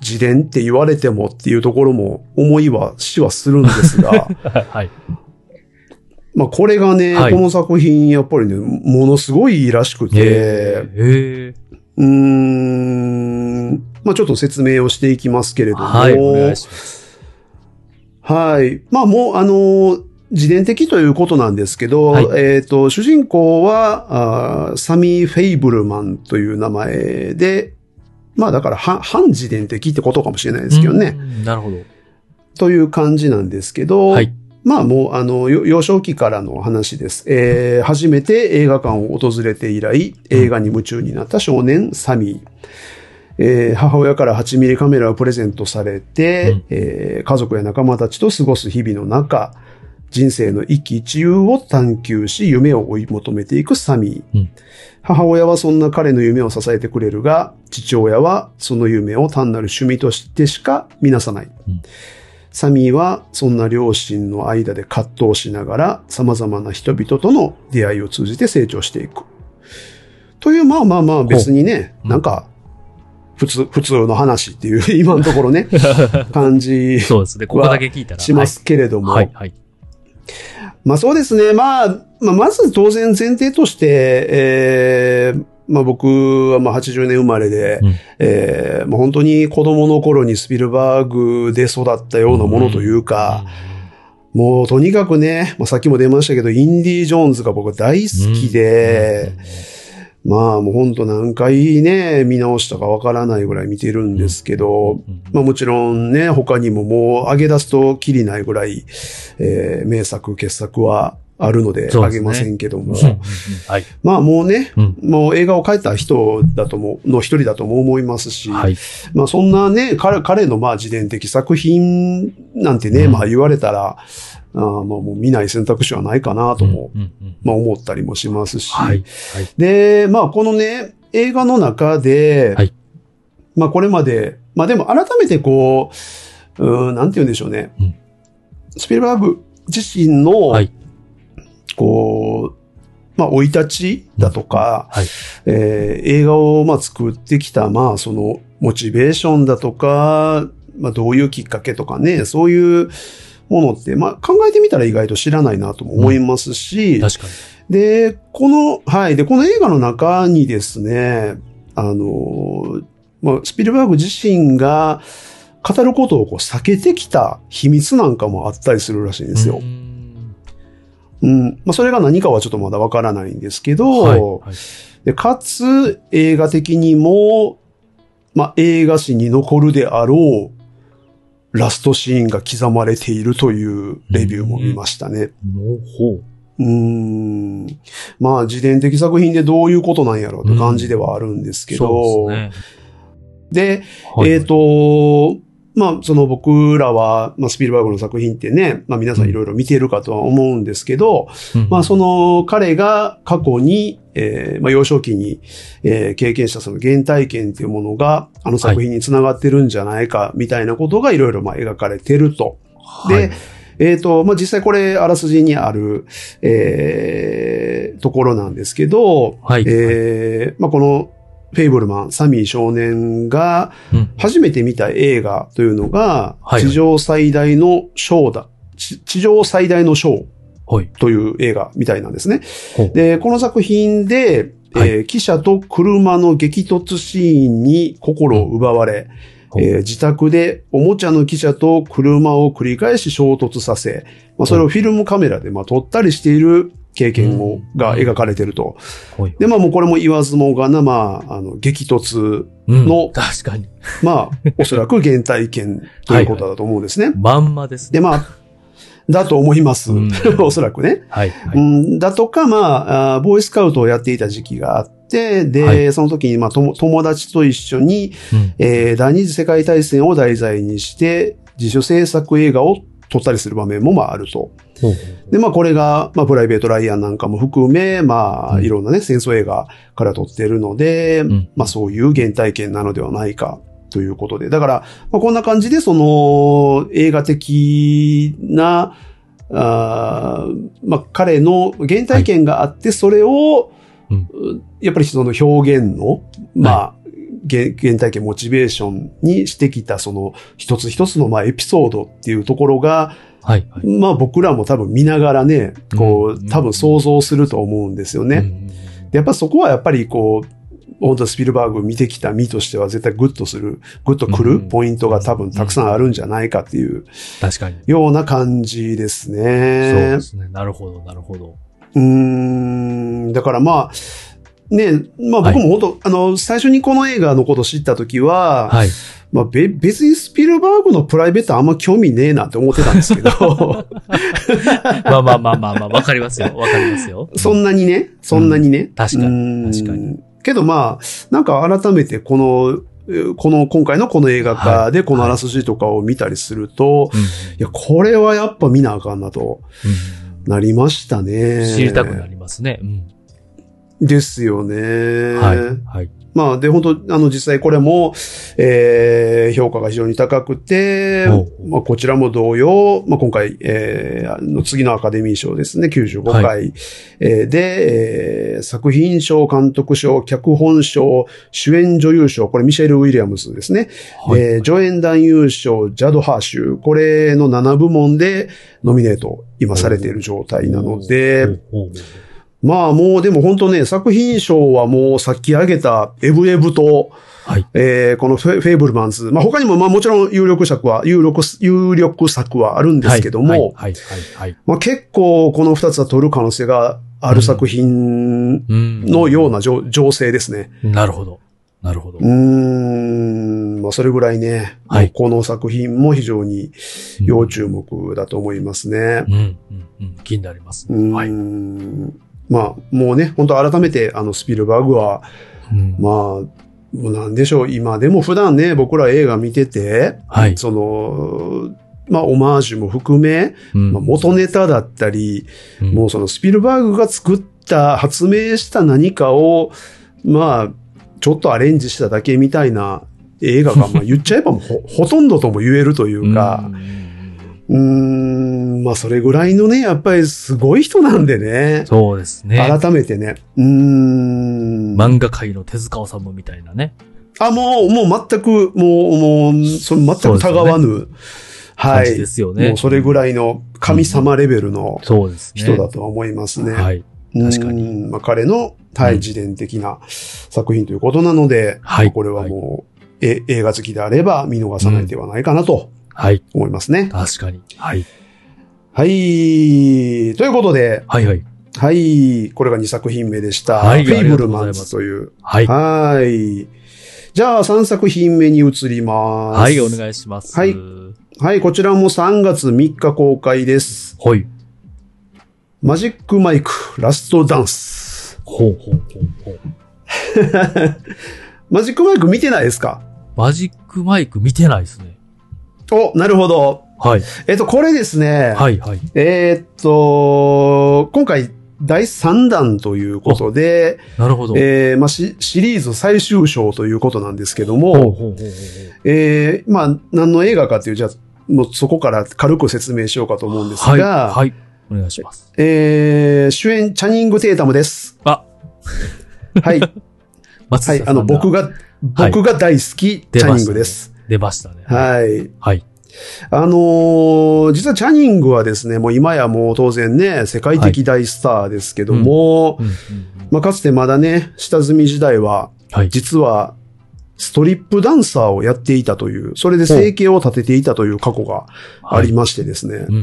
S2: 自伝って言われてもっていうところも思いはしはするんですが、
S1: はい。
S2: まあこれがね、
S1: はい
S2: この作品やっぱりね、ものすごいいいらしくて、
S1: ええ。
S2: うん、まあちょっと説明をしていきますけれども、
S1: はい。お願いします。
S2: はい。まあもう、あのー自伝的ということなんですけど、
S1: はい
S2: えっ、と、主人公はあーサミー・フェイブルマンという名前で、まあだから、は反自伝的ってことかもしれないですけどね。
S1: うん。なるほど。
S2: という感じなんですけど、
S1: はい
S2: まあもう、あの、よ幼少期からの話です。えー初めて映画館を訪れて以来、映画に夢中になった少年、サミー。えー母親から8ミリカメラをプレゼントされて、
S1: うん
S2: えー家族や仲間たちと過ごす日々の中、人生の一喜一憂を探求し、夢を追い求めていくサミー。
S1: うん
S2: 母親はそんな彼の夢を支えてくれるが、父親はその夢を単なる趣味としてしか見なさない。
S1: うん
S2: サミーはそんな両親の間で葛藤しながら、様々な人々との出会いを通じて成長していく。という、まあまあまあ別にね、
S1: う
S2: なんか、普通、普通の話っていう、 今のとこ ろね、感じ
S1: そうですね。ここだけ聞いたら。
S2: しますけれども、
S1: はい。はい。
S2: まあそうですね。まあ、まあ、まず当然前提として、えーまあ僕はまあ80年生まれで、
S1: うん
S2: えーまあ本当に子供の頃にスピルバーグで育ったようなものというか、もうとにかくね、まあさっきも出ましたけど、インディ・ジョーンズが僕大好きで、まあもう本当何回ね、見直したかわからないぐらい見てるんですけど、
S1: うん
S2: まあもちろんね、他にももう上げ出すときりないぐらい、えー名作、傑作はあるので、
S1: そう
S2: あ
S1: です
S2: げ
S1: ね
S2: ませんけども。
S1: はい。
S2: まあもうね、
S1: うん
S2: もう映画を描いた人だとも、の一人だとも思いますし、
S1: はい。
S2: まあそんなね、彼彼のまあ自伝的作品なんてね、
S1: うん
S2: まあ言われたら、あーまあもう見ない選択肢はないかなとも、
S1: うんうんうん
S2: まあ思ったりもしますし、
S1: はい。
S2: で、まあこのね、映画の中で、
S1: はい
S2: まあこれまで、まあでも改めてこう、うーんなんて言うんでしょうね、
S1: うん
S2: スピルバーグ自身の、
S1: はい
S2: こう、まあ生い立ちだとか、
S1: うんはい
S2: えー映画をまあ作ってきた、まあそのモチベーションだとか、まあどういうきっかけとかね、そういうものって、まあ考えてみたら意外と知らないなとも思いますし、
S1: 確かに。
S2: で、この、はい。で、この映画の中にですね、あの、まあ、スピルバーグ自身が語ることをこう避けてきた秘密なんかもあったりするらしいんですよ
S1: う。ん
S2: うん。まあ、それが何かはちょっとまだわからないんですけど、
S1: はい。はい
S2: でかつ、映画的にも、まあ、映画史に残るであろう、ラストシーンが刻まれているというレビューも見ましたね。
S1: のほう。
S2: うーんまあ、自伝的作品でどういうことなんやろうって感じではあるんですけど、
S1: そうで
S2: で、
S1: すね。はい
S2: えっ、、と、まあ、その僕らは、まあ、スピルバーグの作品ってね、まあ皆さんいろいろ見てるかとは思うんですけど、
S1: うん
S2: まあその彼が過去に、えーまあ幼少期に、えー経験したその原体験っていうものが、あの作品につながってるんじゃないか、みたいなことがいろいろまあ描かれてると。
S1: はい
S2: で、えっ、と、まあ、実際これ、あらすじにある、えーところなんですけど、
S1: はい。
S2: えーまあ、この、フェイブルマン、サミー少年が
S1: うん
S2: 初めて見た映画というのが、
S1: はい
S2: 地上最大のショーだ。ち地上最大のショー
S1: はい。
S2: という映画みたいなんですね。
S1: ほう
S2: で、この作品で、えー記者と車の激突シーンに心を奪われ、
S1: ほう
S2: えー自宅でおもちゃの記者と車を繰り返し衝突させ、まあ、それをフィルムカメラでまあ撮ったりしている経験
S1: う
S2: を、
S1: ん
S2: が描かれてると。
S1: はい
S2: で、まあもうこれも言わずもがな、まあ、あの、激突、
S1: うん
S2: の
S1: 確かに。
S2: まあ、おそらく原体験ということだと思うんですね。
S1: まんまですね。
S2: で、まあ、だと思います。
S1: うん
S2: おそらくね。
S1: はい。
S2: う
S1: はい。
S2: ん、だとか、まああー、ボーイスカウトをやっていた時期があって、で、
S1: はい
S2: その時に、まあ、とも友達と一緒に、
S1: うん
S2: えー第二次世界大戦を題材にして、自主制作映画を撮ったりする場面もまああると。
S1: ほう
S2: で、まあこれが、まあプライベートライアンなんかも含め、まあ
S1: うん
S2: いろんなね、戦争映画から撮ってるので、
S1: ん
S2: まあそういう原体験なのではないかということで。だから、まあこんな感じで、その映画的な、あーまあ彼の原体験があって、それを、
S1: うん
S2: やっぱりその表現の、まあ、原原体験、モチベーションにしてきた、その、一つ一つの、まあ、エピソードっていうところが、
S1: はい。はい。
S2: まあ僕らも多分見ながらね、こ
S1: うん
S2: う、多分想像すると思うんですよ
S1: う
S2: ね。
S1: ん。
S2: でやっぱそこはやっぱりこう、本当スピルバーグ見てきた身としては絶対グッとする、グッとく
S1: う
S2: る
S1: ん
S2: ポイントが多分たくさんあるんじゃないかっていう
S1: 確かに。
S2: ような感じです
S1: そう
S2: ね
S1: で。すね。なるほど、なるほど。
S2: うーん、だからまあ、ね、まあ僕も本当、あの、最初にこの映画のこと知った時は、
S1: はい。
S2: まあ、べ、別にスピルバーグのプライベートあんま興味ねえなって思ってたんですけど、
S1: まあまあまあまあまあ、わかりますよ。わかります よ。
S2: そんなにね、そんなにね。
S1: 確かに
S2: に
S1: 確か
S2: に。けどまあ、なんか改めてこの、えーこの、今回のこの映画化でこのあらすじとかを見たりすると、い、
S1: うん
S2: や、これはやっぱ見なあかんなと
S1: うん
S2: なりましたね。
S1: 知りたくなりますね。うん
S2: ですよね。
S1: はい。はい。
S2: まあ、で、本当あの、実際これも、えー、評価が非常に高くて
S1: おう、
S2: まあ、こちらも同様、まあ、今回、えー、あの次のアカデミー賞ですね、95回、
S1: は
S2: えーで、えー作品賞、監督賞、脚本賞、主演女優賞、これミシェル・ウィリアムスですね、
S1: はい
S2: えー助演男優賞、ジャド・ハーシュ、これの7部門でノミネート、今されている状態なので、
S1: ほうほうほう
S2: まあもうでも本当ね、作品賞はもうさっき挙げたエブエブと、
S1: はい
S2: えーこのフェフェイブルマンズ。まあ他にもまあもちろん有力作は、有力、有力作はあるんですけども、
S1: はい。はい。はいはい。はい
S2: まあ結構この二つは取る可能性がある作品
S1: うん
S2: のようなじょ情勢ですね。
S1: なるほど。なるほど
S2: う。ーん、まあ、それぐらいね、
S1: はい
S2: この作品も非常に要注目だと思いますね。
S1: うん、うん、うん。気になります
S2: う
S1: ね。
S2: ーん、
S1: はい。
S2: まあ、もうね、本当改めて、あの、スピルバーグは、
S1: うん
S2: まあ、もうなんでしょう、今でも普段ね、僕ら映画見てて、
S1: はい。
S2: その、まあ、オマージュも含め、
S1: うん
S2: まあ、元ネタだったり、
S1: うん
S2: もうそのスピルバーグが作った、発明した何かを、まあ、ちょっとアレンジしただけみたいな映画 が、まあ言っちゃえばもうほほとんどとも言えるというか、
S1: ん
S2: うーん、まあそれぐらいのね、やっぱりすごい人なんでね。
S1: そうですね。
S2: 改めてね。うーん。
S1: 漫画界の手塚治虫みたいなね。
S2: あ、もう、もう全く、もう、もう、その全くたがわぬ、は
S1: 感じで
S2: い。
S1: すよね。
S2: もうそれぐ
S1: い。
S2: らいの神様レベルの
S1: そうですね。
S2: 人だとは思いますね。
S1: はい。確かに
S2: うん。まあ、彼の、は
S1: う
S2: い、
S1: ん
S2: 自伝的な作品ということなので、
S1: はい。
S2: これはもう、え映画好きであれば見逃さないではないかなと
S1: はい。
S2: 思いますね。
S1: 確かに。はい。
S2: はい。ということで、
S1: はいはい。
S2: はい。これが2作品目でした。
S1: はい
S2: フェイブル
S1: ありがと
S2: マン
S1: うございま
S2: ズ
S1: す
S2: という。
S1: はい。
S2: はい。じゃあ、3作品目に移ります。
S1: はい、お願いします。
S2: はいはい、こちらも3月3日公開です。
S1: ほい。
S2: マジックマイク、ラストダンス。
S1: ほうほうほうほう。
S2: マジックマイク見てないですか
S1: マジックマイク見てないですね。
S2: お、なるほど。
S1: はい。
S2: えっと、これですね。
S1: はいはい。
S2: えーっと、今回第3弾ということで、
S1: なるほど。
S2: えーまあ、シシリーズ最終章ということなんですけど
S1: ほうほうほ
S2: も、
S1: うほうほう。
S2: えーまあ、何の映画かという、じゃあ、もうそこから軽く説明しようかと思うんですが、
S1: はい。はい。お願いします。
S2: えー主演、チャニング・テータムです。
S1: あ
S2: はい、
S1: 松下
S2: はい、
S1: さ
S2: あ
S1: ん
S2: の、
S1: が
S2: 僕が、
S1: はい
S2: 僕が大好き、チ
S1: 出
S2: ャ
S1: ま
S2: ニン
S1: し
S2: グ
S1: たね
S2: です。
S1: 出ましたね。い。
S2: はい。
S1: はい。
S2: あのー実はチャニングはですね、もう今やもう当然ね、世界的大スターですけども、
S1: うんうんうん
S2: まあ、かつてまだね、下積み時代は、
S1: はい。
S2: 実は、ストリップダンサーをやっていたという、それで生計を立てていたという過去がありましてですね。
S1: うんうんう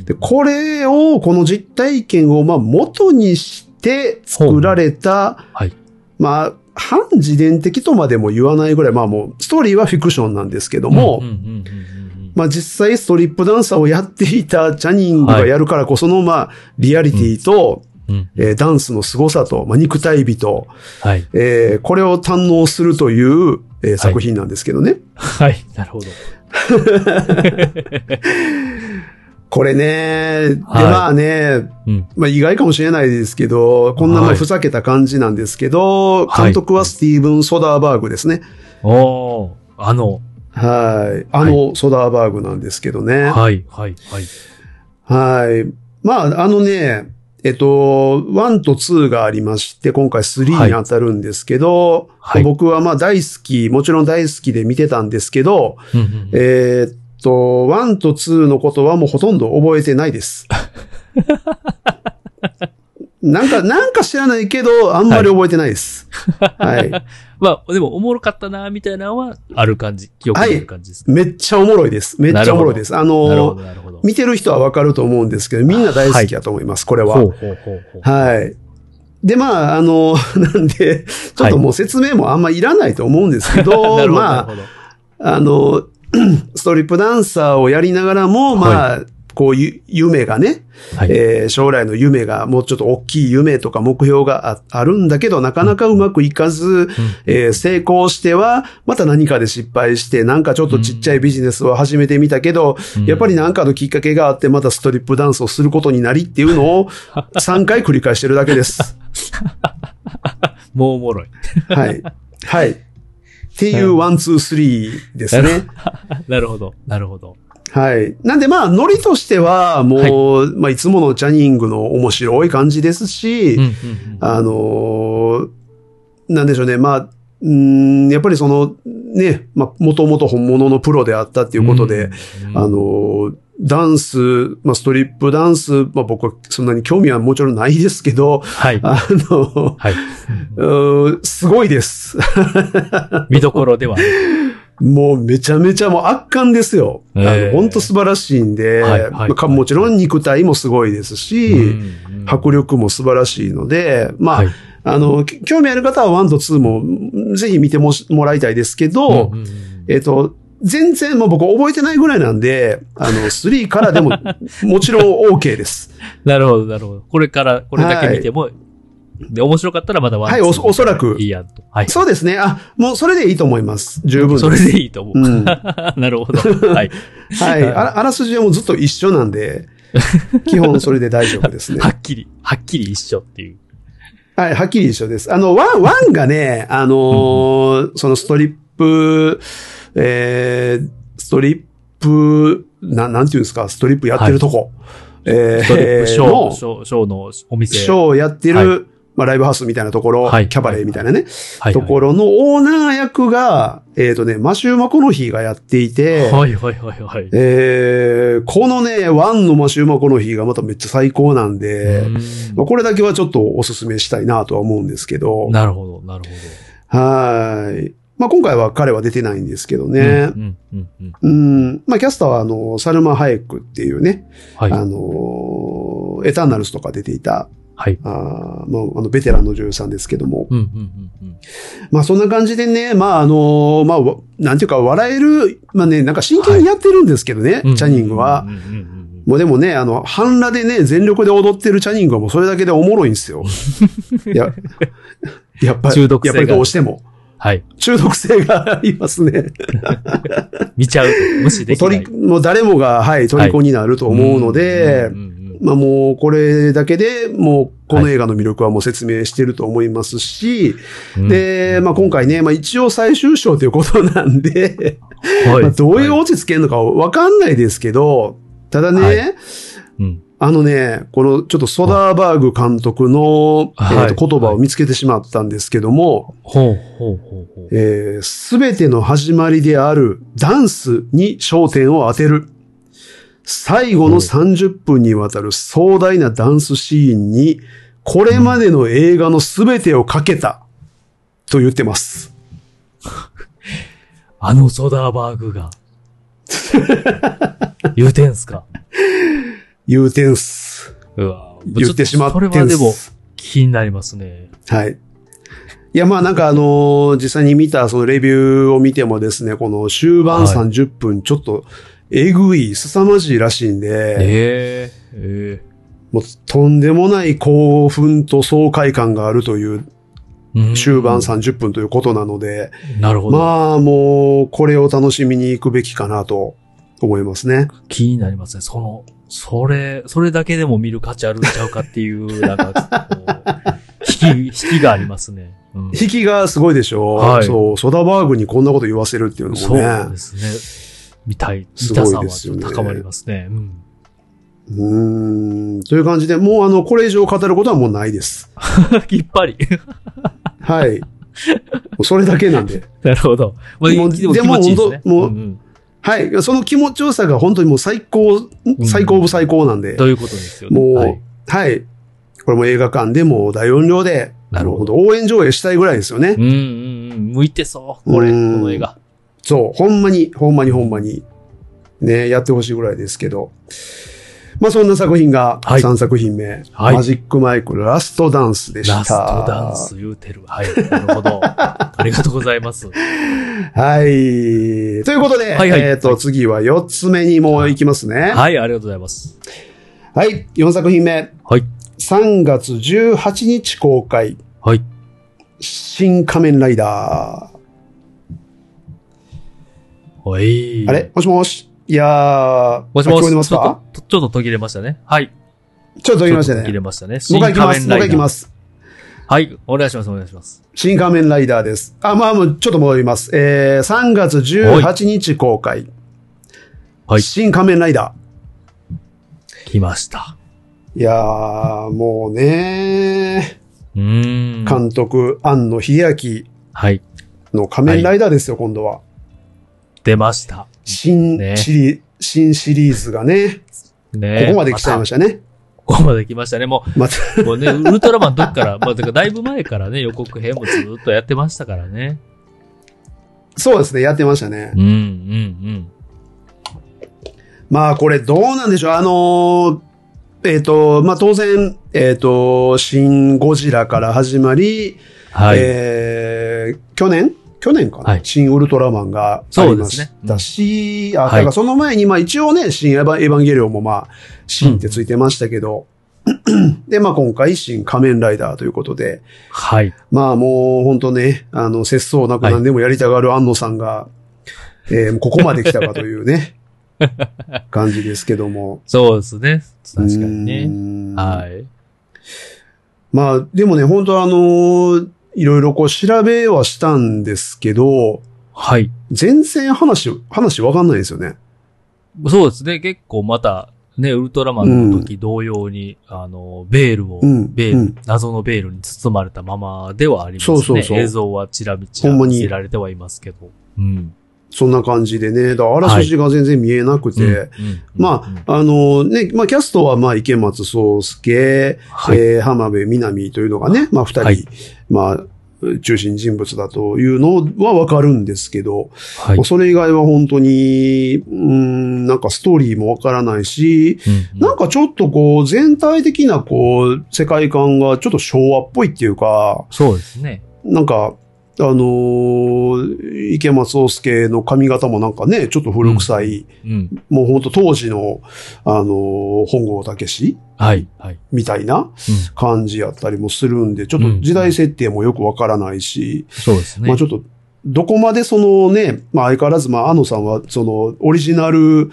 S1: ん
S2: で、これを、この実体験を、まあ、元にして作られた、
S1: はい。
S2: まあ、反自伝的とまでも言わないぐらい、まあもう、ストーリーはフィクションなんですけども、
S1: うんうんうんうんうん
S2: まあ実際ストリップダンサーをやっていたチャニングがやるからこその、まあ、リアリティと、
S1: うん
S2: えーダンスの凄さと、まあ肉体美と、
S1: はい。
S2: えーこれを堪能するという、えー作品なんですけどね。
S1: はい。なるほど。
S2: これ
S1: はい
S2: ね、で、まあね、
S1: うん。
S2: まあ意外かもしれないですけど、こんなま
S1: は
S2: あ
S1: い
S2: ふざけた感じなんですけど、
S1: はい
S2: 監督はスティーブン・ソダーバーグですね。
S1: おー。あの、
S2: はい。あの、ソダーバーグなんですけどね。
S1: はい、はい、はい。
S2: はい。まあ、あのね、えっと、1と2がありまして、今回3に当たるんですけど、
S1: はい
S2: 僕はまあ大好き、もちろん大好きで見てたんですけど、
S1: うんうんうん
S2: えーっと、1と2のことはもうほとんど覚えてないです。 なんか、なんか知らないけど、あんまり覚えてないです。はい。
S1: まあ、でも、おもろかったな、みたいなのは、ある感じ。記憶にある感じですか。
S2: めっちゃおもろいです。めっちゃおもろいです。あ
S1: なるほ
S2: の、
S1: ど、なるほど。
S2: 見てる人はわかると思うんですけど、みんな大好きだと思います、これは。
S1: ほうほうほうほう。
S2: はい。で、まあ、あの、 なんで、ちょっともう説明もあんまいらないと思うんですけど、
S1: なるほど、なる
S2: まあ、
S1: ほど。
S2: あの、 ストリップダンサーをやりながらも、まあ、こういう夢がね、
S1: はい
S2: えー将来の夢が、もうちょっと大きい夢とか目標がああるんだけど、なかなかうまくいかず、えー成功しては、また何かで失敗して、なんかちょっとちっちゃいビジネスを始めてみたけど、
S1: うん
S2: やっぱりなんかのきっかけがあって、またストリップダンスをすることになりっていうの を3回繰り返してるだけです。
S1: もうおもろい。
S2: はい。はい。っていう、ワン、ツー、スリーですね。
S1: なるほど、なるほど。
S2: はい。なんでまあ、ノリとしては、もう、い、まあ、いつものチャニングの面白い感じですし、
S1: うんうんうん
S2: あのーなんでしょうね、まあ、うーんやっぱりその、ね、まあ、もともと本物のプロであったっていうことで、、
S1: うん
S2: あの、ーダンス、まあ、ストリップダンス、まあ、僕はそんなに興味はもちろんないですけど、
S1: はい、
S2: あの
S1: はい。
S2: ーうーすごいです。
S1: 見どころではある。
S2: もうめちゃめちゃもう圧巻ですよ。あ
S1: え
S2: の
S1: え
S2: 本当素晴らしいんで、
S1: はいはい
S2: まあかもちろん肉体もすごいですし、
S1: うんうん
S2: 迫力も素晴らしいので、まあ、
S1: はい
S2: あの、き興味ある方は1と2もぜひ見てもしもらいたいですけど、
S1: うんうんうん
S2: えっと、全然もう僕覚えてないぐらいなんで、あの、3からでも、 もちろん OK です。
S1: なるほど、なるほど。これから、これだけ見ても、で、面白かったらまだワン
S2: はいおそおそらく
S1: いいやんと。はい。
S2: そうですね。あ、もうそれでいいと思います。十分です。
S1: それでいいと思う。
S2: うん
S1: なるほ ど。はい。
S2: はい。あらあらすじはもうずっと一緒なん で、基本それで大丈夫ですね。
S1: はっきり、はっきり一緒っていう。
S2: はい、はっきり一緒です。あの、ワン、ワンがね、あのーそのストリップ、えー、ストリップ、ななんていうんですか、ストリップやってるとこ。えー、
S1: ストリップショ
S2: の
S1: ー、ショー、ショーのお店。
S2: ショーをやってる、
S1: は
S2: まあ、ライブハウスみたいなところ、
S1: はい
S2: キャバレーみたいなね、
S1: はい
S2: ところのオーナー役が、えっ、とね、マシュー・マコノヒーがやっていて、
S1: はいはいはいはい。
S2: えー、このね、ワンのマシュー・マコノヒーがまためっちゃ最高なんで、
S1: うん
S2: まあ、これだけはちょっとお勧めしたいなとは思うんですけど、
S1: なるほど、なるほ
S2: はい。まあ、今回は彼は出てないんですけど
S1: ど。
S2: ね。
S1: うんうんうんうん。
S2: うん。まあ、キャスターは、あの、サルマ・ハエクっていうね、
S1: はい。
S2: あの、エターナルスとか出ていた、
S1: はい。
S2: あーまあ、あの、ベテランの女優さんですけども。
S1: うんうんうんうん。
S2: まあ、そんな感じでね、まあ、あの、まあ、わなんていうか、笑える、まあね、なんか真剣にやってるんですけどね、チャニングは。
S1: うんうんうんうん
S2: もうでもね、あの、半裸でね、全力で踊ってるチャニングはもうそれだけでおもろい んですよ。いや、やっぱり、
S1: 中毒性
S2: や
S1: が
S2: っぱりどうしても。
S1: はい。
S2: 中毒性 がありますね。
S1: 見ちゃう。無視できな
S2: 取
S1: い
S2: り、。もう誰もが、はい、虜になると思うので
S1: ん、んうん
S2: まあもうこれだけでもうこの映画の魅力はもう説明してると思いますし、
S1: うん
S2: で、まあ今回ね、まあ一応最終章ということなんで、
S1: は
S2: まあどういう
S1: は
S2: オチつけるのかわかんないですけど、ただね、
S1: はいうん
S2: あのね、このちょっとソダーバーグ監督の、
S1: はい
S2: えーと言葉を見つけてしまったんですけども、
S1: ほうほうほうほう。
S2: えーすべての始まりであるダンスに焦点を当てる。最後
S1: う
S2: の
S1: ん
S2: 30分にわたる壮大なダンスシーンに、これまでの映画のすべてをかけた。と言ってます。
S1: あのソダーバーグ が。言うてんすか
S2: 言うてんす。
S1: うわ
S2: 言ってしまってん
S1: ちょ
S2: す。
S1: とそれはでも気になりますね。
S2: はい。いや、まあなんかあのー実際に見たそのレビューを見てもですね、この終盤
S1: はい
S2: 30分、ちょっと、えぐい、凄まじいらしいんで、
S1: えええ
S2: もうとんでもない興奮と爽快感があるという
S1: えうん
S2: 終盤30分ということなので、
S1: なるほど。
S2: まあもうこれを楽しみに行くべきかなと思いますね。
S1: 気になりますね。その、それ、それだけでも見る価値あるんちゃうかっていう、なんか、こう引き、引きがありますね。うん
S2: 引きがすごいでしょ、
S1: はい
S2: そう、ソダバーグにこんなこと言わせるっていうのも
S1: そうで
S2: ね。
S1: すね。見たい、見
S2: す
S1: たさ
S2: ごい
S1: は
S2: です
S1: ち
S2: よ
S1: ょっ
S2: ね
S1: と高まりますね。うん
S2: うーん。という感じで、もうあの、これ以上語ることはもうないです。
S1: きっぱり。
S2: はい。もうそれだけなんで。
S1: なるほど。まあ、
S2: もう
S1: でも
S2: で
S1: 気
S2: も
S1: 持ちいいですね。
S2: 本当もうん
S1: ん
S2: はい。その気持ちよさが本当にもう最高、最高部最高なんで。
S1: ということですよね。
S2: もう、
S1: は
S2: はい
S1: い、
S2: これも映画館でも大音量で、
S1: なるほど
S2: もう応援上映したいぐらいですよね。
S1: うんうんうん。向いてそう。これ、こ
S2: うん
S1: の映画。
S2: そう。ほんまに、ほんまにほんまに。ね、やってほしいぐらいですけど。まあそんな作品が
S1: はい
S2: 3作品目。
S1: はい
S2: マジックマイクラストダンスでした。
S1: ラストダンス言うてる。はい。なるほ ど。ありがとうございます。
S2: はい。ということで、
S1: はいはい
S2: えっ、と、次は4つ目にもう行きますね。
S1: はい、ありがとうございます。
S2: はい、4作品目。
S1: はい。
S2: 3月18日公開、
S1: はい。
S2: 新仮面ライダー。
S1: はい。
S2: あれもしもしいやー、
S1: もしも
S2: 聞
S1: し
S2: こえてます
S1: ちょ
S2: か
S1: っとちょっと途切れましたね。はい。
S2: ちょっと
S1: 途
S2: 言いましたね。
S1: 途切れ
S2: も
S1: ましたね。。
S2: う一回行きます。もう一回行きますす。
S1: はい。お願いします、お願いします。
S2: 新仮面ライダーです。あ、まあ、もうちょっと戻ります。えー、3月18日公開、
S1: はい
S2: 新仮面ライダ
S1: 来ました。
S2: ー。いやー、もうね
S1: うーん。
S2: 監督、庵野秀
S1: はい。
S2: 明の仮面ライダーですよ、今度は。
S1: 出ました。
S2: 新
S1: ね
S2: シリ、新シリーズがね、
S1: ね
S2: ここまで来ちゃいま
S1: し
S2: したね。
S1: た。ここまで来ましたね。も
S2: また、
S1: う、もう ね、ウルトラマンの時から、まあ、てかだいぶ前からね、予告編もずっとやってましたからね。
S2: そうですね、やってましたね
S1: う。ん、うん、
S2: まあこれどうなんでしょう。あのーえっ、と、まあ当然、ええっ、と、シン・ゴジラから始まり、
S1: はい。
S2: えー去年去年かな、
S1: はい
S2: 新ウルトラマンがありましたし、あ、だからその前に、まあ一応ね、新エヴァエヴァンゲリオンもまあ、新ってついてましたけど、で、まあ今回、新仮面ライダーということで、
S1: はい。
S2: まあもう本当ね、あの、節操なく何でもやりたがる安野さんが、えーここまで来たかとい うね、感じですけども。
S1: そうですね。確かにね。
S2: ね
S1: はい。
S2: まあ、でもね、本当あのーいろいろこう調べはしたんですけど、
S1: はい。
S2: 全然話、話わかんないですよね。
S1: そうですね。結構また、ね、ウルトラマンの時同様に、あの、ベールを、
S2: うん
S1: ベール、
S2: うん
S1: 謎のベールに包まれたままではありますね。
S2: そうそうそう
S1: 映像はちらみちら
S2: ほんま
S1: 見
S2: に
S1: せられてはいますけど。うん。
S2: そんな感じでね、だからあらすじが全然見えなくて、
S1: うん、うん
S2: ま
S1: うん
S2: あ、あのね、まあ、キャストは、まあ、池松壮介、
S1: はい。
S2: えー浜辺美波というのがね、まあ、二人、
S1: はい
S2: まあ、中心人物だというのはわかるんですけど、
S1: はい。
S2: それ以外は本当に、うーん、なんかストーリーもわからないし、
S1: うん
S2: なんかちょっとこう、全体的なこう、世界観がちょっと昭和っぽいっていうか、
S1: そうですね。
S2: なんか、あのー池松壮介の髪型もなんかね、ちょっと古臭い、
S1: うん。
S2: もうほんと当時の、あのー本郷武史
S1: はい。はい。
S2: みたいな
S1: うん
S2: 感じやったりもするんで、ちょっと時代設定もよくわからないし、
S1: そうですね。
S2: まあちょっと、どこまでそのね、まあ相変わらず、まあ、あのさんは、その、オリジナル、
S1: うん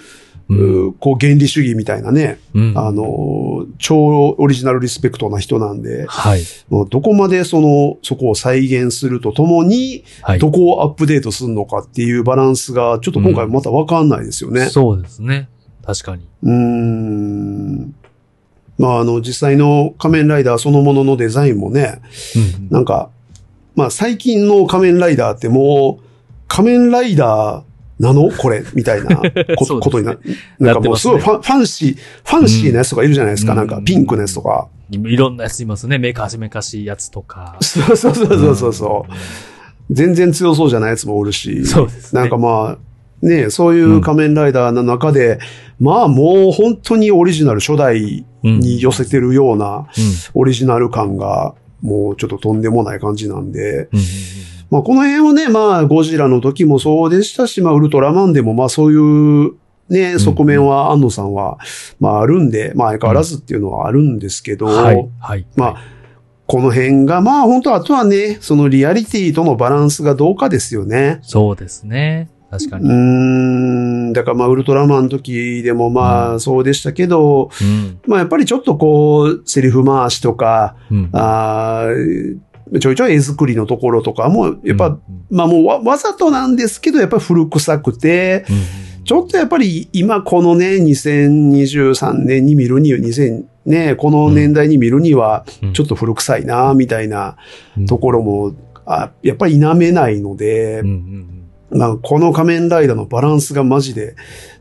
S2: うこう、原理主義みたいなね、
S1: うん
S2: あの、超オリジナルリスペクトな人なんで、
S1: はい。
S2: もうどこまでその、そこを再現するとともに、
S1: はい。
S2: どこをアップデートするのかっていうバランスが、ちょっと今回またわかんないですよね。
S1: そうですね。確かに。
S2: うーん。まあ、あの、実際の仮面ライダーそのもののデザインもね、
S1: うん
S2: なんか、まあ、最近の仮面ライダーってもう、仮面ライダーなのこれ、みたいな こ,、
S1: そうですね
S2: とにな、なんかもうすごいファンファンシー、ファンシーなやつとかいるじゃないですか。
S1: うん
S2: なんかピンクのやつとか。
S1: いろんなやついますね。メカシメカしいやつとか。
S2: そうそうそうそうそうそう、全然強そうじゃないやつもおる
S1: う
S2: し。
S1: んそうですね。
S2: なんかまあ、ねそういう仮面ライダーの中で、まあもう本当にオリジナル初代
S1: うん、
S2: に寄せてるような
S1: うん、
S2: オリジナル感が、もうちょっととんでもない感じなんで、
S1: うんうん
S2: まあこの辺をね、まあゴジラの時もそうでしたし、まあウルトラマンでもまあそういうね、
S1: ん
S2: 側面は安野さんは、まああるんで、まあ相変わらずっていうのはあるんですけど、
S1: うんはい。はい。
S2: まあ、この辺が、まあ本当あとはね、そのリアリティとのバランスがどうかですよね。
S1: そうですね。確か
S2: う
S1: に。
S2: ーん、だからまあウルトラマンの時でもま
S1: う
S2: あそうでしたけど、
S1: うん。
S2: まあやっぱりちょっとこう、セリフ回しとか、
S1: うん。
S2: あーちょいちょい絵作りのところとかも、やっぱ、
S1: うん、
S2: まあもうわわざとなんですけど、やっぱ古臭くて、ちょっ
S1: と、
S2: とやっぱり今このね、2023年に見るに、2000ね、この年代に見るには、ちょっと古臭いな、みたいなところも、あやっぱり否めないので
S1: うん、うん
S2: まあ、この仮面ライダーのバランスがマジで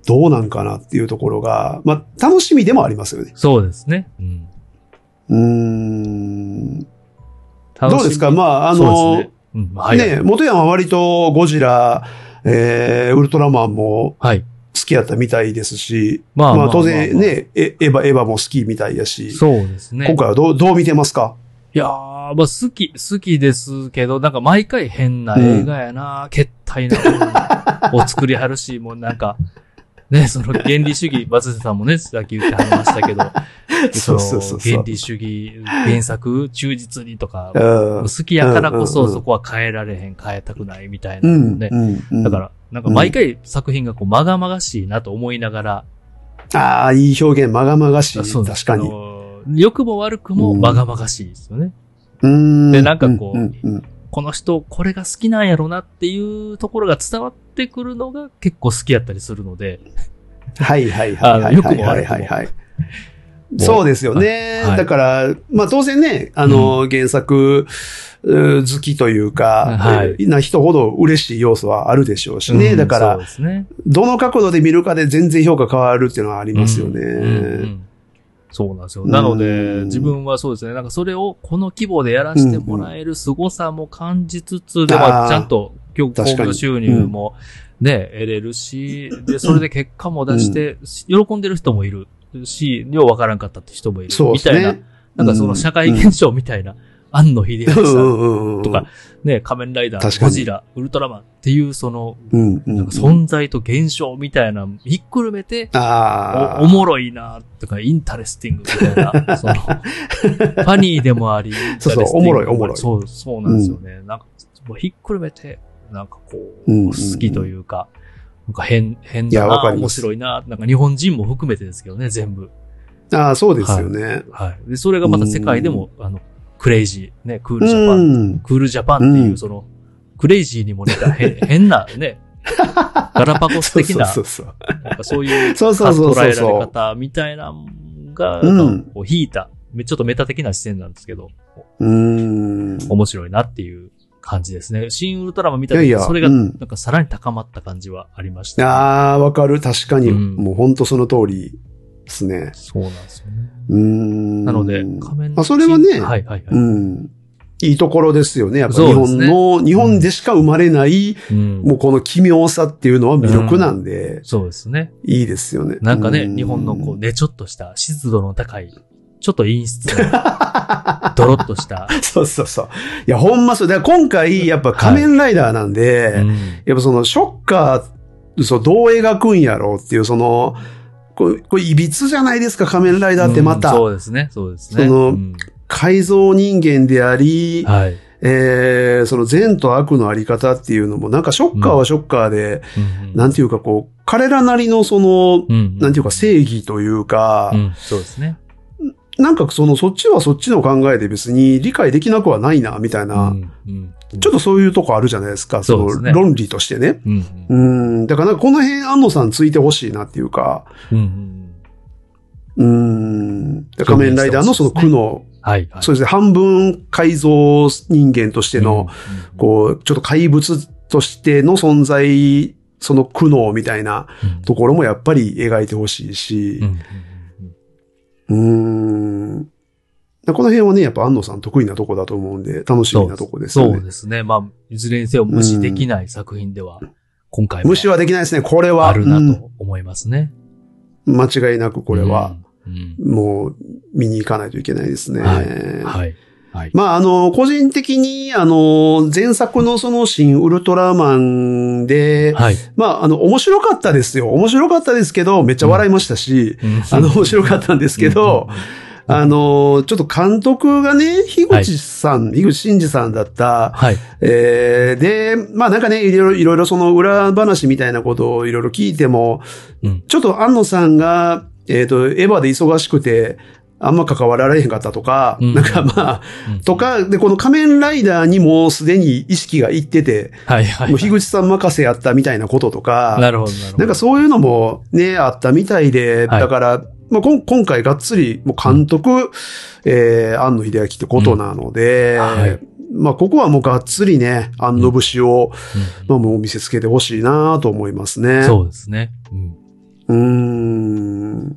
S2: どうなんかなっていうところが、まあ、楽しみでもありますよ
S1: う
S2: ね
S1: ん。。そうですね。うん。
S2: うーん。
S1: 楽しみ
S2: どうですかまあ、あ
S1: そう
S2: の、
S1: です
S2: ね
S1: ね。うん。はい。
S2: 元山は割とゴジラ、えー、ウルトラマンも
S1: はい。
S2: 好きやったみたいですし、
S1: ま
S2: まあ、当然。ね、エエヴァ、エヴァも好きみたいやし、
S1: そうですね。
S2: 今回はどう、どう見てますか
S1: いやー、まあ好き、好きですけど、なんか毎回変な映画やな、けったいなものを作りはるし、もうなんか、 ね、その原理主義、松瀬さんもね、さっき言ってはりましたけど、
S2: そうそうそうそ
S1: の
S2: う
S1: 原理主義、原作、忠実にとか、
S2: うん
S1: 好きやからこ
S2: うんう
S1: そ
S2: んうん
S1: そこは変えられへん、変えたくないみたいな
S2: う
S1: の
S2: ん。
S1: ね。
S2: うん。
S1: だから、なんか毎回作品がこう、まがまがしいなと思いながら、
S2: ああ、いい表現、まがまがしい。
S1: そう
S2: 確かに。う
S1: に。良くも悪くも、
S2: うん
S1: まがまがしいですよね。
S2: ーん
S1: でなんかこう
S2: うんうん
S1: この人、これが好きなんやろなっていうところが伝わってくるのが結構好きやったりするので、
S2: はいはいはいはい。
S1: あよくも
S2: は
S1: 悪
S2: い
S1: くも
S2: はいはい。そうですよね。
S1: はい
S2: だから、まあ当然ね、あの、原作うー好きというか、
S1: はい
S2: な人ほど嬉しい要素はあるでしょうしね。
S1: うん
S2: だか
S1: そう
S2: ら、
S1: ですね。
S2: どの角度で見るかで全然評価変わるっていうのはあり
S1: い
S2: ますよね。
S1: そうなんですよ。なの
S2: う
S1: で、
S2: ん
S1: 自分はそうですね、なんかそれをこの規模でやらせてもらえる凄さも感じつつ、でも
S2: あー
S1: ちゃんと興
S2: 確か
S1: 行
S2: に
S1: 収入もね、得れるし、で、それで結果も出して、喜んでる人もいるし、ようわからんかったって人もいる。
S2: そうで
S1: み
S2: す
S1: たいな
S2: ね。
S1: なんかその社会現象みたいな、庵野秀明
S2: う
S1: さ、
S2: んうんんうんうん。
S1: とか。ね、仮面ライダ
S2: 確
S1: ー、
S2: かに
S1: ゴジラ、ウルトラマンっていうその、
S2: うんうん、うん。
S1: 存在と現象みたいな、ひっくるめて、
S2: ああ。
S1: おおもろいな、とか、インタレスティングみたい な、その、ファニーでもあり、
S2: そ
S1: イ
S2: うそう
S1: ンタレスティング
S2: おもろいおもろい
S1: そう、そうなんですよね。なんか、もうひっくるめて、なんかこう、
S2: うんうんうん
S1: 好きというか、なんか変、変
S2: い
S1: だ
S2: やわか
S1: な、
S2: り
S1: 面
S2: ます
S1: 白いな、なんか日本人も含めてですけどね、全部。
S2: ああ、そうですよね。
S1: はい。で、それがまた世界でも、あの、クレイジー、ね、クールジャパン、
S2: うん。
S1: クールジャパンっていうう、
S2: ん
S1: その、クレイジーにも似たへ ん変なね、ガラパゴス的な、
S2: そうそうそう
S1: なんかそういう
S2: そう。そうそう
S1: 捉
S2: そう
S1: えられ
S2: そ
S1: 方みたいなのが、
S2: うん
S1: なんかこう引いた、めちょっとメタ的な視点なんですけど、
S2: う。うーん。
S1: 面白いなっていう感じですね。新ウルトラマン見た
S2: いや
S1: 時
S2: いや
S1: それが、
S2: う
S1: なん
S2: ん
S1: かさらに高まった感じはありました。
S2: ああ、わかる。確かに。
S1: うん
S2: もう本当その通りですね。
S1: そうなんですよね。
S2: うーん。
S1: なので、仮面
S2: あそれは
S1: は
S2: ね
S1: いはいはい。
S2: うん。いいところですよね。やっぱ
S1: そ
S2: 日
S1: うです
S2: 本
S1: ね
S2: の、日本でしか生まれない、
S1: うん
S2: もうこの奇妙さっていうのは魅力なんで、
S1: そうですね。
S2: いいですよね。
S1: なんかね
S2: う、
S1: 日本のこう、ねちょっとした、湿度の高い、ちょっと陰湿な、ドロッとした、
S2: そうそうそう。いや、ほんまそう。だから今回、やっぱ仮面ライダーなんで、
S1: うん
S2: やっぱそのショッカー、そう、どう描くんやろうっていう、その、これ、これ、いびつじゃないですか、仮面ライダーってまた。
S1: うんそうですね、そうですね。
S2: その
S1: うん
S2: 改造人間であり、
S1: はい。
S2: えー、その善と悪のあり方っていうのも、なんかショッカーはショッカーで、なんていうかこう、彼らなりのその、
S1: うん
S2: なんていうか正義というか、
S1: うん、そうですね。
S2: なんかそのそっちはそっちの考えで別に理解できなくはないな、みたいな、
S1: うんうん
S2: ちょっとそういうとこあるじゃないですか、そ
S1: そうです
S2: の
S1: ね
S2: 論理としてね。
S1: うん
S2: うん、だからなんかこの辺安野さんついてほしいなっていうか、
S1: うんうん
S2: うん、だから仮面ライダーのその苦悩、
S1: はい、はい。
S2: そうですね、半分改造人間としての、
S1: うん、
S2: こう、ちょっと怪物としての存在、その苦悩みたいな
S1: うん
S2: ところもやっぱり描いてほしいし
S1: うん、うん
S2: うーん。この辺はね、やっぱ安野さん得意なとこだと思うんで、楽しみなとこですよ
S1: そう
S2: ね。
S1: ですね。まあ、いずれにせよ無視できない作品では、今回も
S2: 無視はできないですね、これは。
S1: あるなと思いますね。
S2: うん間違いなくこれは、
S1: うん。
S2: もう見に行かないといけないですね。
S1: はうん。はい。はい。
S2: まあ、あの、個人的に、あの、前作のその新ウルトラマンで、
S1: はい。
S2: まあ、あの、面白かったですよ。面白かったですけど、めっちゃ笑いましたし、あの、面白かったんですけど、あの、ちょっと監督がね、樋口さん、樋口真嗣さんだった、
S1: はい。
S2: えー、で、まあなんかね、いろいろ、いろいろその裏話みたいなことをいろいろ聞いても、
S1: うん
S2: ちょっと安野さんが、えっ、と、エヴァで忙しくて、あんま関わられへんかったとか、
S1: うん
S2: なんかまあ、
S1: うん
S2: と、か、で、この仮面ライダーにもすでに意識がいってて、
S1: はいはい。
S2: もう樋口さん任せやったみたいなこととか、
S1: なるほど、なるほど。
S2: なんかそういうのもね、あったみたいで、
S1: はい
S2: だから、まあ、こん今回がっつり、もう監督、えー、安野秀明ってことなので、
S1: うんはい
S2: まあ、ここはもうがっつりね、安野節を、
S1: うん
S2: まあ、もう見せつけてほしいなと思いますね。
S1: そうですね。うん
S2: う。ん。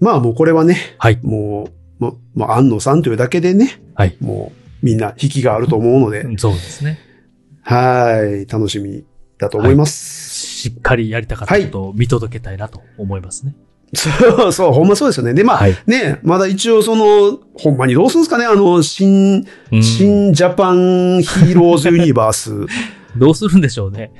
S2: まあ、もうこれはね、
S1: はい
S2: もう、もう、もう安野さんというだけでね、
S1: はい
S2: もう、みんな引きがあると思うので、
S1: うん。そうですね。
S2: はい、楽しみだと思います。
S1: しっかりやりたかったことを見届けたいなと思いますね。
S2: そうそう、ほんまそうですよね。で、まあ、
S1: はい
S2: ね、まだ一応その、ほんまにどうするんですかねあの、新、
S1: うん
S2: 新ジャパンヒーローズユニバ ース。
S1: どうするんでしょうね。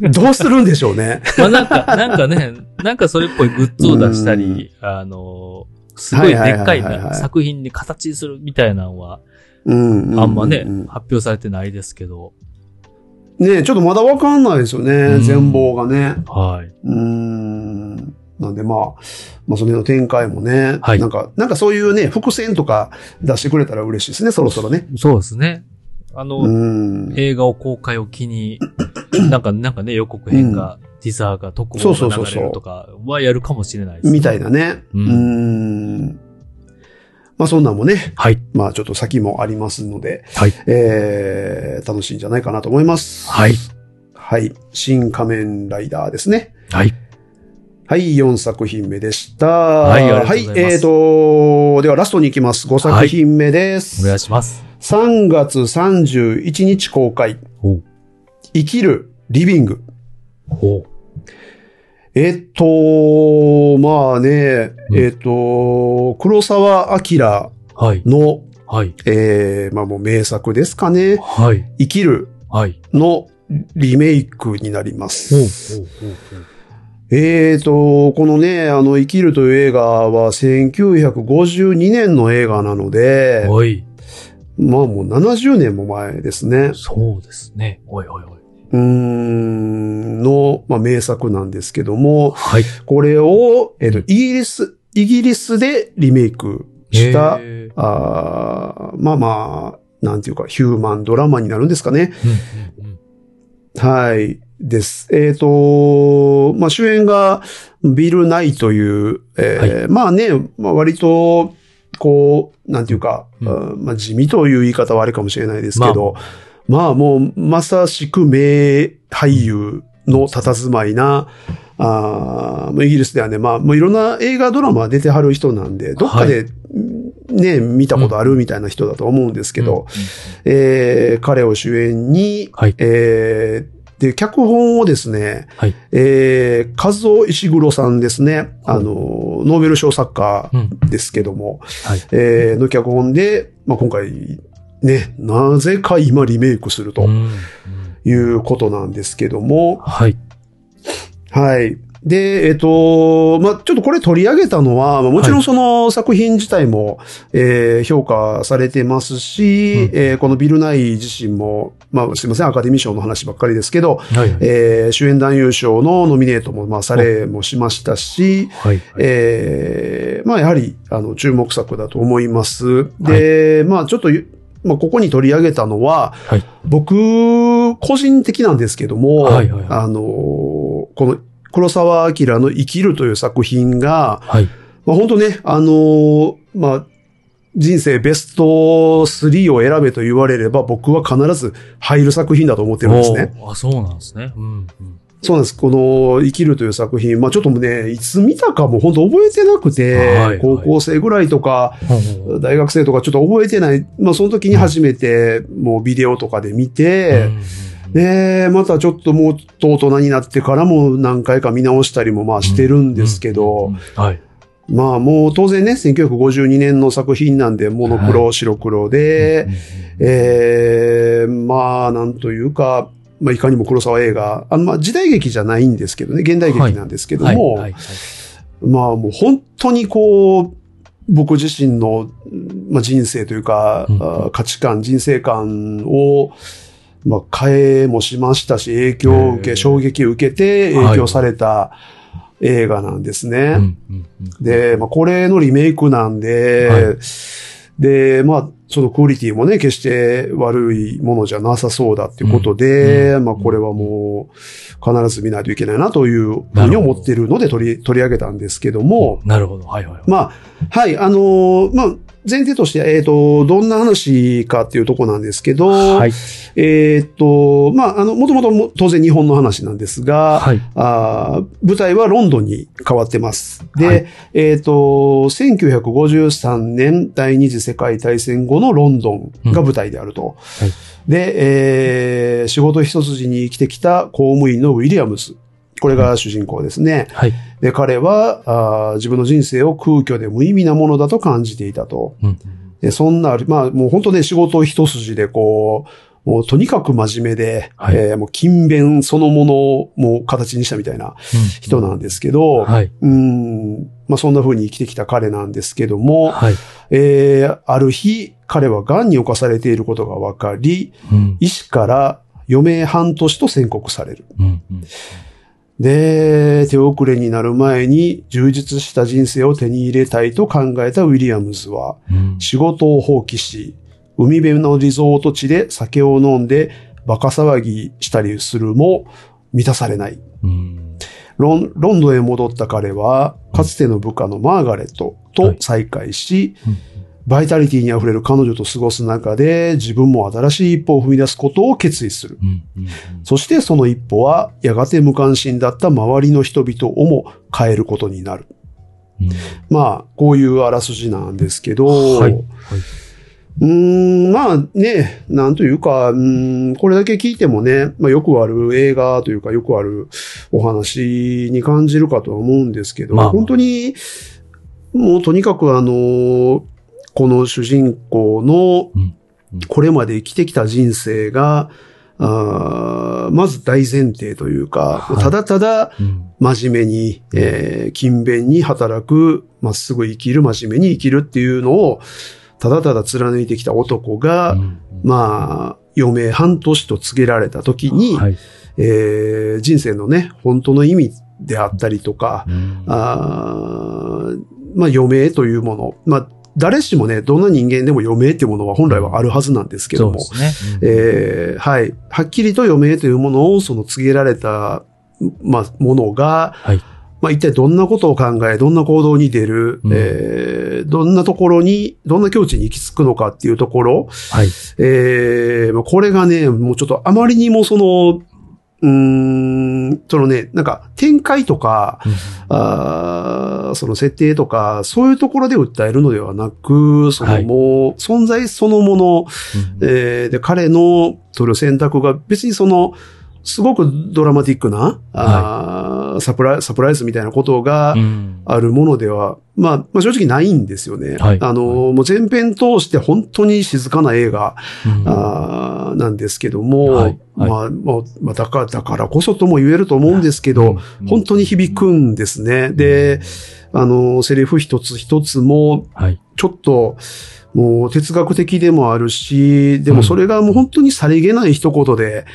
S2: どうするんでしょうね。
S1: まあなんか、なんかね、なんかそれっぽいグッズを出したり、あの、すごいでっかい
S2: はいはいはいは
S1: ない作品に形にするみたいなのは、
S2: うん
S1: あんまね
S2: う、う
S1: 発表されてないですけど、
S2: ねちょっとまだわかんないですよね。
S1: ん
S2: 全貌がね。
S1: はい。
S2: うん。なんでまあ、まあその辺の展開もね。
S1: はい
S2: なんか、なんかそういうね、伏線とか出してくれたら嬉しいですね、そろそろね。
S1: そうですね。あの、
S2: うん。
S1: 映画を公開を機 に、なんか、なんかね、予告編が、ティザーが特報が流れるとかはやるかもしれないですね
S2: みたいなね。
S1: う
S2: うんん。まあそんなんもね、
S1: はい。
S2: まあちょっと先もありますので、
S1: はい。
S2: えー、楽しいんじゃないかなと思います。
S1: はい。
S2: はい。新仮面ライダーですね。
S1: はい。
S2: はい、4作品目でした。
S1: いありがとうございます
S2: はい、えーと、ではラストに行きます。5作品目です。
S1: お願いします。
S2: 3月31日公開、
S1: ほう。
S2: 生きるリビング。
S1: ほう。
S2: えっと、まあね、
S1: うん
S2: えっ、と、黒沢明
S1: はい。
S2: の、
S1: はい。
S2: えー、まあもう名作ですかね。
S1: はい。
S2: 生きる
S1: はい。
S2: のリメイクになります。
S1: ほう
S2: えーと、このね、あの、生きるという映画は1952年の映画なので、
S1: おい。
S2: まあもう70年も前ですね。
S1: そうですね。おいおいおい。
S2: うーん、の、まあ、名作なんですけども、
S1: はい。
S2: これを、えーと、イギリス、イギリスでリメイクした、
S1: へー
S2: あーまあまあ、なんていうか、ヒューマンドラマになるんですかね。
S1: うんうんうん
S2: はい。です。えっ、と、まあ、主演がビル・ナイという、えーまあね、まあ、割と、こう、なんていうか、
S1: うん
S2: あーまあ、地味という言い方はあれかもしれないですけど、まあ、もう、まさしく名俳優の佇まいな、あーまあイギリスではね、まあ、もういろんな映画、ドラマ出てはる人なんで、どっかで、ね、見たことあるみたいな人だと思うんですけど、えー彼を主演に、
S1: はい
S2: えーで、脚本をですね、
S1: はい
S2: えー、和夫石黒さんですね、あの、ノーベル賞作家
S1: うんうん
S2: ですけども、
S1: はい
S2: えーの脚本で、まあ、今回、ね、なぜか今リメイクする
S1: う
S2: と
S1: んうん
S2: いうことなんですけども、
S1: はい。
S2: はい。で、えっ、と、まあ、ちょっとこれ取り上げたのは、まあもちろんその作品自体も、えー評価されてますし、
S1: うん
S2: えーこのビル・ナイ自身も、まあ、すいません、アカデミー賞の話ばっかりですけど、
S1: はいはい。
S2: えー主演男優賞のノミネートも、まあ、されもしましたし、
S1: はいはい。
S2: えーまあ、やはり、あの、注目作だと思います。で、まあ、ちょっと、まあ、ここに取り上げたのは、
S1: はい
S2: 僕、個人的なんですけども、
S1: はいはいはい
S2: あのー、この、黒沢明の生きるという作品が、
S1: はい。
S2: まあ、本当ね、あのーまあ、人生ベスト3を選べと言われれば、僕は必ず入る作品だと思ってるんですね。
S1: おーあ、そうなんですね。うんうん。
S2: そうなんです。この、生きるという作品、まあちょっともうね、いつ見たかも本当覚えてなくて、
S1: はい
S2: 高校生ぐらいとか、
S1: うん
S2: 大学生とかちょっと覚えてない、まあその時に初めて、もうビデオとかで見て、で、またちょっともうと大人になってからも何回か見直したりもまあしてるんですけ
S1: う
S2: ど、、
S1: んうんはい。
S2: まあもう当然ね、1952年の作品なんで、モノクロ、白黒で、
S1: うんうん
S2: えーまあ、なんというか、まあ、いかにも黒沢映画、あの、まあ、時代劇じゃないんですけどね、現代劇なんですけど
S1: はい
S2: も、
S1: はいはい
S2: まあ、もう本当にこう、僕自身の、うんまあ、人生というか、
S1: うん
S2: あ価値観、人生観を、まあ、変えもしましたし、影響を受
S1: へー
S2: け、衝撃を受けて
S1: はい
S2: 影響された映画なんですね。
S1: うんうんうん
S2: で、まあ、これのリメイクなんで、
S1: は
S2: で、まあ、そのクオリティもね、決して悪いものじゃなさそうだっていうことで、
S1: うん
S2: まあ、これはもう、必ず見ないといけないなというふうに思っているので取り、取り上げたんですけども、
S1: なるほど。はいはいはい。
S2: まあ、はい、あのーまあ、前提として、えっ、と、どんな話かっていうとこなんですけど、
S1: はい。
S2: えっ、と、まあ、あの、もともと当然日本の話なんですが、
S1: はい。
S2: あー舞台はロンドンに変わってます。で、
S1: はい
S2: えっ、と、1953年第二次世界大戦後のロンドンが舞台であると。
S1: うんはい
S2: で、えー仕事一筋に生きてきた公務員のウィリアムズ。これが主人公ですね。
S1: はい。
S2: で、彼はあー自分の人生を空虚で無意味なものだと感じていたと。
S1: うん
S2: で、そんな、まあ、もう本当ね、仕事一筋でこう、もうとにかく真面目で、
S1: はい
S2: えーもう勤勉そのものをもう形にしたみたいな人なんですけど、
S1: はい。
S2: うん、まあそんな風に生きてきた彼なんですけども、
S1: はい。
S2: えーある日、彼は癌に侵されていることが分かり、
S1: うん
S2: 医師から余命半年と宣告される。
S1: うんうん
S2: で、手遅れになる前に充実した人生を手に入れたいと考えたウィリアムズは、
S1: うん
S2: 仕事を放棄し、海辺のリゾート地で酒を飲んでバカ騒ぎしたりするも満たされない。
S1: うん
S2: ロンロンドンへ戻った彼は、かつての部下のマーガレット
S1: は
S2: と
S1: い
S2: 再会し、
S1: うん
S2: バイタリティに溢れる彼女と過ごす中で自分も新しい一歩を踏み出すことを決意する。
S1: うんうん
S2: そしてその一歩は、やがて無関心だった周りの人々をも変えることになる。
S1: うん
S2: まあ、こういうあらすじなんですけど、
S1: はいはいう
S2: ーん、まあね、なんというか、うーん、これだけ聞いてもね、まあよくある映画というかよくあるお話に感じるかとは思うんですけど、
S1: まあ
S2: 本当に、もうとにかくあのーこの主人公の
S1: うんうん、
S2: これまで生きてきた人生が、あーまず大前提というか、
S1: はい
S2: ただただ
S1: うん
S2: 真面目に、えー勤勉に働く、まっすぐ生きる、真面目に生きるっていうのを、ただただ貫いてきた男が、まあ、余命半年と告げられた時に、
S1: はい
S2: えー人生のね、本当の意味であったりとか、
S1: うん
S2: あーまあ、余命というもの。まあ、誰しもね、どんな人間でも余命っていうものは本来はあるはずなんですけ
S1: そ
S2: ど
S1: う
S2: も
S1: で、すね。うん
S2: えーはい。はっきりと余命というものを、その告げられた、まあ、ものが、
S1: はい
S2: まあ、一体どんなことを考え、どんな行動に出る、
S1: うん
S2: えーどんなところに、どんな境地に行き着くのかっていうところ、
S1: はい。
S2: えーまあ、これがね、もうちょっとあまりにもその、うーん、そのね、なんか展開とか、あーその設定とか、そういうところで訴えるのではなく、そ
S1: は
S2: の
S1: い
S2: もう存在そのもの、
S1: うん
S2: えーで、彼の取る選択が別にその、すごくドラマティックな、あーサプライサプライズみたいなことが
S1: うん
S2: あるものでは、まあ、まあ正直ないんですよね。
S1: はい
S2: あの、もう前編通して本当に静かな映画、
S1: うん
S2: あーなんですけども、
S1: はいはい
S2: まあ、まあ、まあ、だから、だからこそとも言えると思うんですけど、
S1: うん
S2: 本当に響くんですね。で、あの、セリフ一つ一つも、
S1: はい。
S2: ちょっと、もう哲学的でもあるし、でもそれがもう本当にさりげない一言で、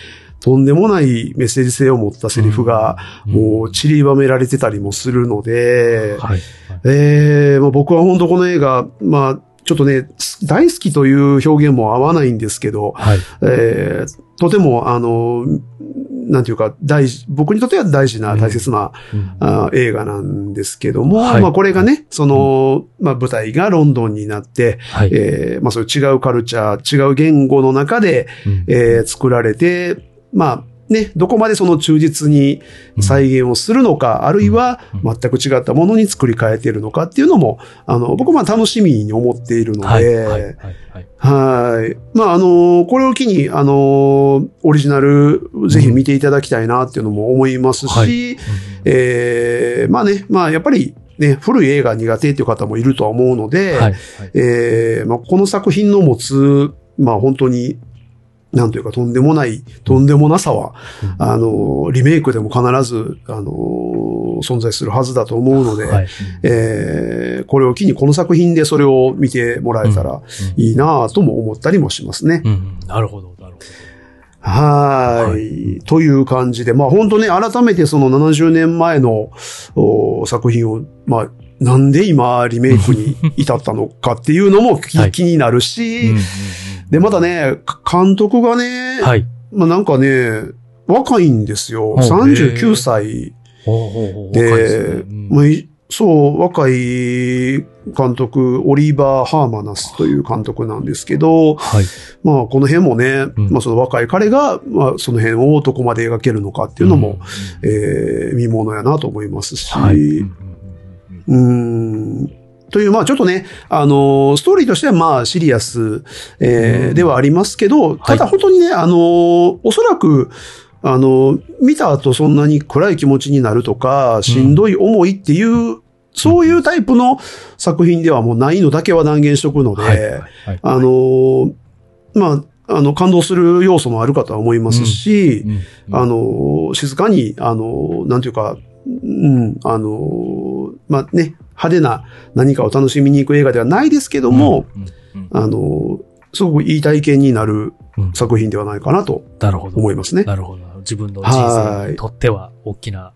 S2: とんでもないメッセージ性を持ったセリフが、
S1: うん、
S2: もう散りばめられてたりもするので、
S1: はい。
S2: えーまあ、僕は本当この映画、まあ、ちょっとね、大好きという表現も合わないんですけど、
S1: はい。
S2: えーとても、あの、なんていうか、大事、僕にとっては大事な、
S1: うん
S2: 大切な、
S1: うん
S2: あー映画なんですけども、
S1: はい
S2: まあこれがね、その、まあ舞台がロンドンになって、
S1: はい。
S2: えーまあそういう違うカルチャー、違う言語の中で、
S1: うん
S2: えー作られて、まあね、どこまでその忠実に再現をするのか、あるいは
S1: うん
S2: 全く違ったものに作り変えているのかっていうのも、あの、僕はまあ楽しみに思っているので、
S1: はい。はい。はい。はい。
S2: はい。まあ、あの、これを機に、あの、オリジナル、ぜひ見ていただきたいなっていうのも思いま
S1: う
S2: すし、
S1: んは
S2: えーまあね、まあ、やっぱり、ね、古い映画苦手っていう方もいるとは思うので、
S1: はい。はい
S2: えーまあ、この作品の持つ、まあ、本当に、なんというか、とんでもない、とんでもなさは、
S1: うん
S2: あの、リメイクでも必ず、あの、存在するはずだと思うので、
S1: はい。
S2: えーこれを機にこの作品でそれを見てもらえたらいいなぁとも思ったりもしますね。
S1: うんうん。なるほど。なるほど。
S2: はーい,、
S1: はい
S2: という感じで、まあ本当ね、改めてその70年前のお作品を、まあ、なんで今リメイクに至ったのかっていうのも 気,、
S1: はい
S2: になるし、で、またね、か監督がね、
S1: はい。
S2: まあなんかね、若いんですよ。
S1: う
S2: 39歳。
S1: ほうほうほう。
S2: で
S1: 若いすねうん
S2: まあいそう、若い監督、オリバー・ハーマナスという監督なんですけど、
S1: はい。
S2: まあ、この辺もね、
S1: ん
S2: まあ、その若い彼が、まあ、その辺をどこまで描けるのかっていうのも、
S1: うん、
S2: えー見ものやなと思いますし、
S1: はい。うん
S2: うーん、という、まあ、ちょっとね、あのー、ストーリーとしては、まあ、シリアス、えー
S1: うん
S2: ではありますけど、ただ本当にね、あのー、おそらく、あのー、見た後そんなに暗い気持ちになるとか、しんどい思いっていう、そういうタイプの作品ではもうないのだけは断言しとくので、
S1: はい。はい。
S2: あのーまあ、あの、感動する要素もあるかとは思いますし、
S1: の、
S2: あのー静かに、あのーなんていうか、うん、あのーまあね、派手な何かを楽しみに行く映画ではないですけども、
S1: うん、うん
S2: あのーすごくいい体験になる
S1: うん
S2: 作品ではないかなと
S1: なるほど。
S2: 思いますね。
S1: なるほど。自分の人生にとっては大きな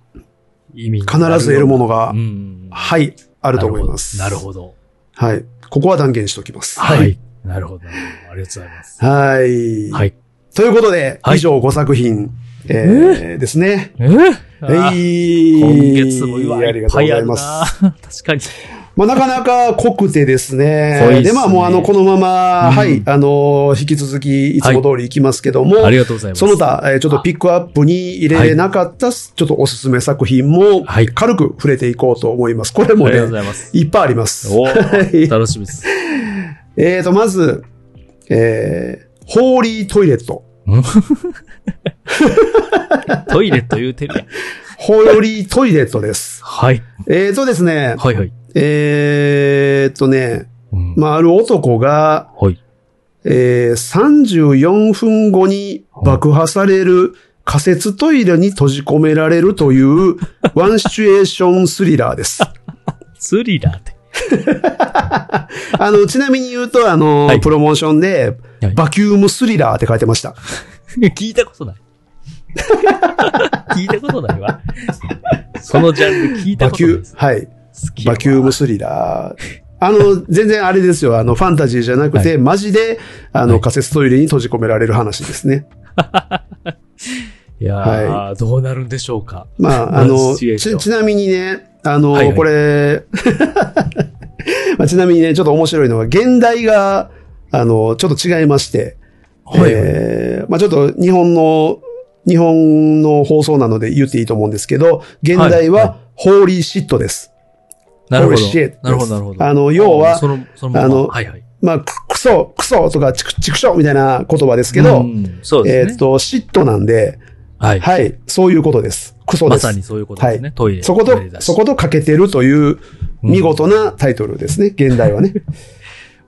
S1: 意味に
S2: 必ず得るものが、
S1: のい。
S2: はい、あ
S1: あ
S2: ると思います。
S1: なるほど。
S2: はい。ここは断言しておきます。
S1: なるほど。は。い。なるほど。なるほどありがとうございます。
S2: はい。
S1: はい。
S2: ということで、
S1: はい
S2: 以上5作品、えーですね。
S1: えー
S2: は
S1: あー
S2: い。
S1: 今月もうわ
S2: ありがとうございます。
S1: っぱいあるな 確かに。
S2: まあ、なかなか濃くてですね。
S1: 濃いっすね
S2: で、まあ、もうあの、このまま、
S1: うん
S2: はい、あの、引き続き、いつも通り行きますけども、
S1: ありがとうございます。
S2: その他、えーちょっとピックアップに入れなかった、ちょっとおすすめ作品も、
S1: はい
S2: 軽く触れていこうと思います。これも
S1: ありがとうご
S2: ね、
S1: ざいます。
S2: いっぱいあります。
S1: お
S2: い
S1: ー楽しみです。
S2: えーと、まず、えー、ホーリートイレット。
S1: トイレと言うてるやん。
S2: ホーリートイレットです。
S1: はい。
S2: えーとですね、
S1: はいはい。
S2: えーっとね、
S1: うん。
S2: まあ、ある男が、
S1: はい。
S2: えー34分後に爆破される仮設トイレに閉じ込められる というワンシチュエーションスリラーです。
S1: スリラーって。
S2: あの、ちなみに言うと、あの、
S1: はい
S2: プロモーションで
S1: はい、
S2: バキュームスリラーって書いてました。
S1: 聞いたことない。 聞いたことないわ。そのジャンル聞いた
S2: バ
S1: こ
S2: キ
S1: とないで
S2: ュー、
S1: す。
S2: はい。
S1: 好きや
S2: バ
S1: わ
S2: キュームスリラー。あの、全然あれですよ。あの、ファンタジーじゃなくて、マジで、あの、
S1: はい
S2: 仮設トイレに閉じ込められる話ですね。
S1: いやー、どうなるんでしょうか。
S2: まあ、あ
S1: ワン
S2: の、
S1: シチュエー
S2: ち
S1: ション
S2: ちなみにね、あの、
S1: はいはい
S2: これ、 まあ、ちなみにね、ちょっと面白いのは、現代が、あの、ちょっと違いまして、
S1: はい
S2: えーまあちょっと日本の、日本の放送なので言っていいと思うんですけど、現代
S1: はいは
S2: は、ホーリーシットです。
S1: なるほ
S2: Holy shit です
S1: ど。なるほど、なるほど。
S2: あの要は
S1: その、そのまま
S2: あの
S1: はいはい。
S2: まあ、くくそ、くそとか、ちく、ちくしょみたいな言葉ですけど、
S1: うんそう
S2: え
S1: ですね。
S2: ーっと、嫉妬なんで、
S1: はい。
S2: はい、そういうことです。クソで。
S1: ますさにそういうことですね。トイレ。
S2: そこ
S1: トイレ
S2: と、
S1: だし
S2: そことかけてるという見事なタイトルですね、現代はね。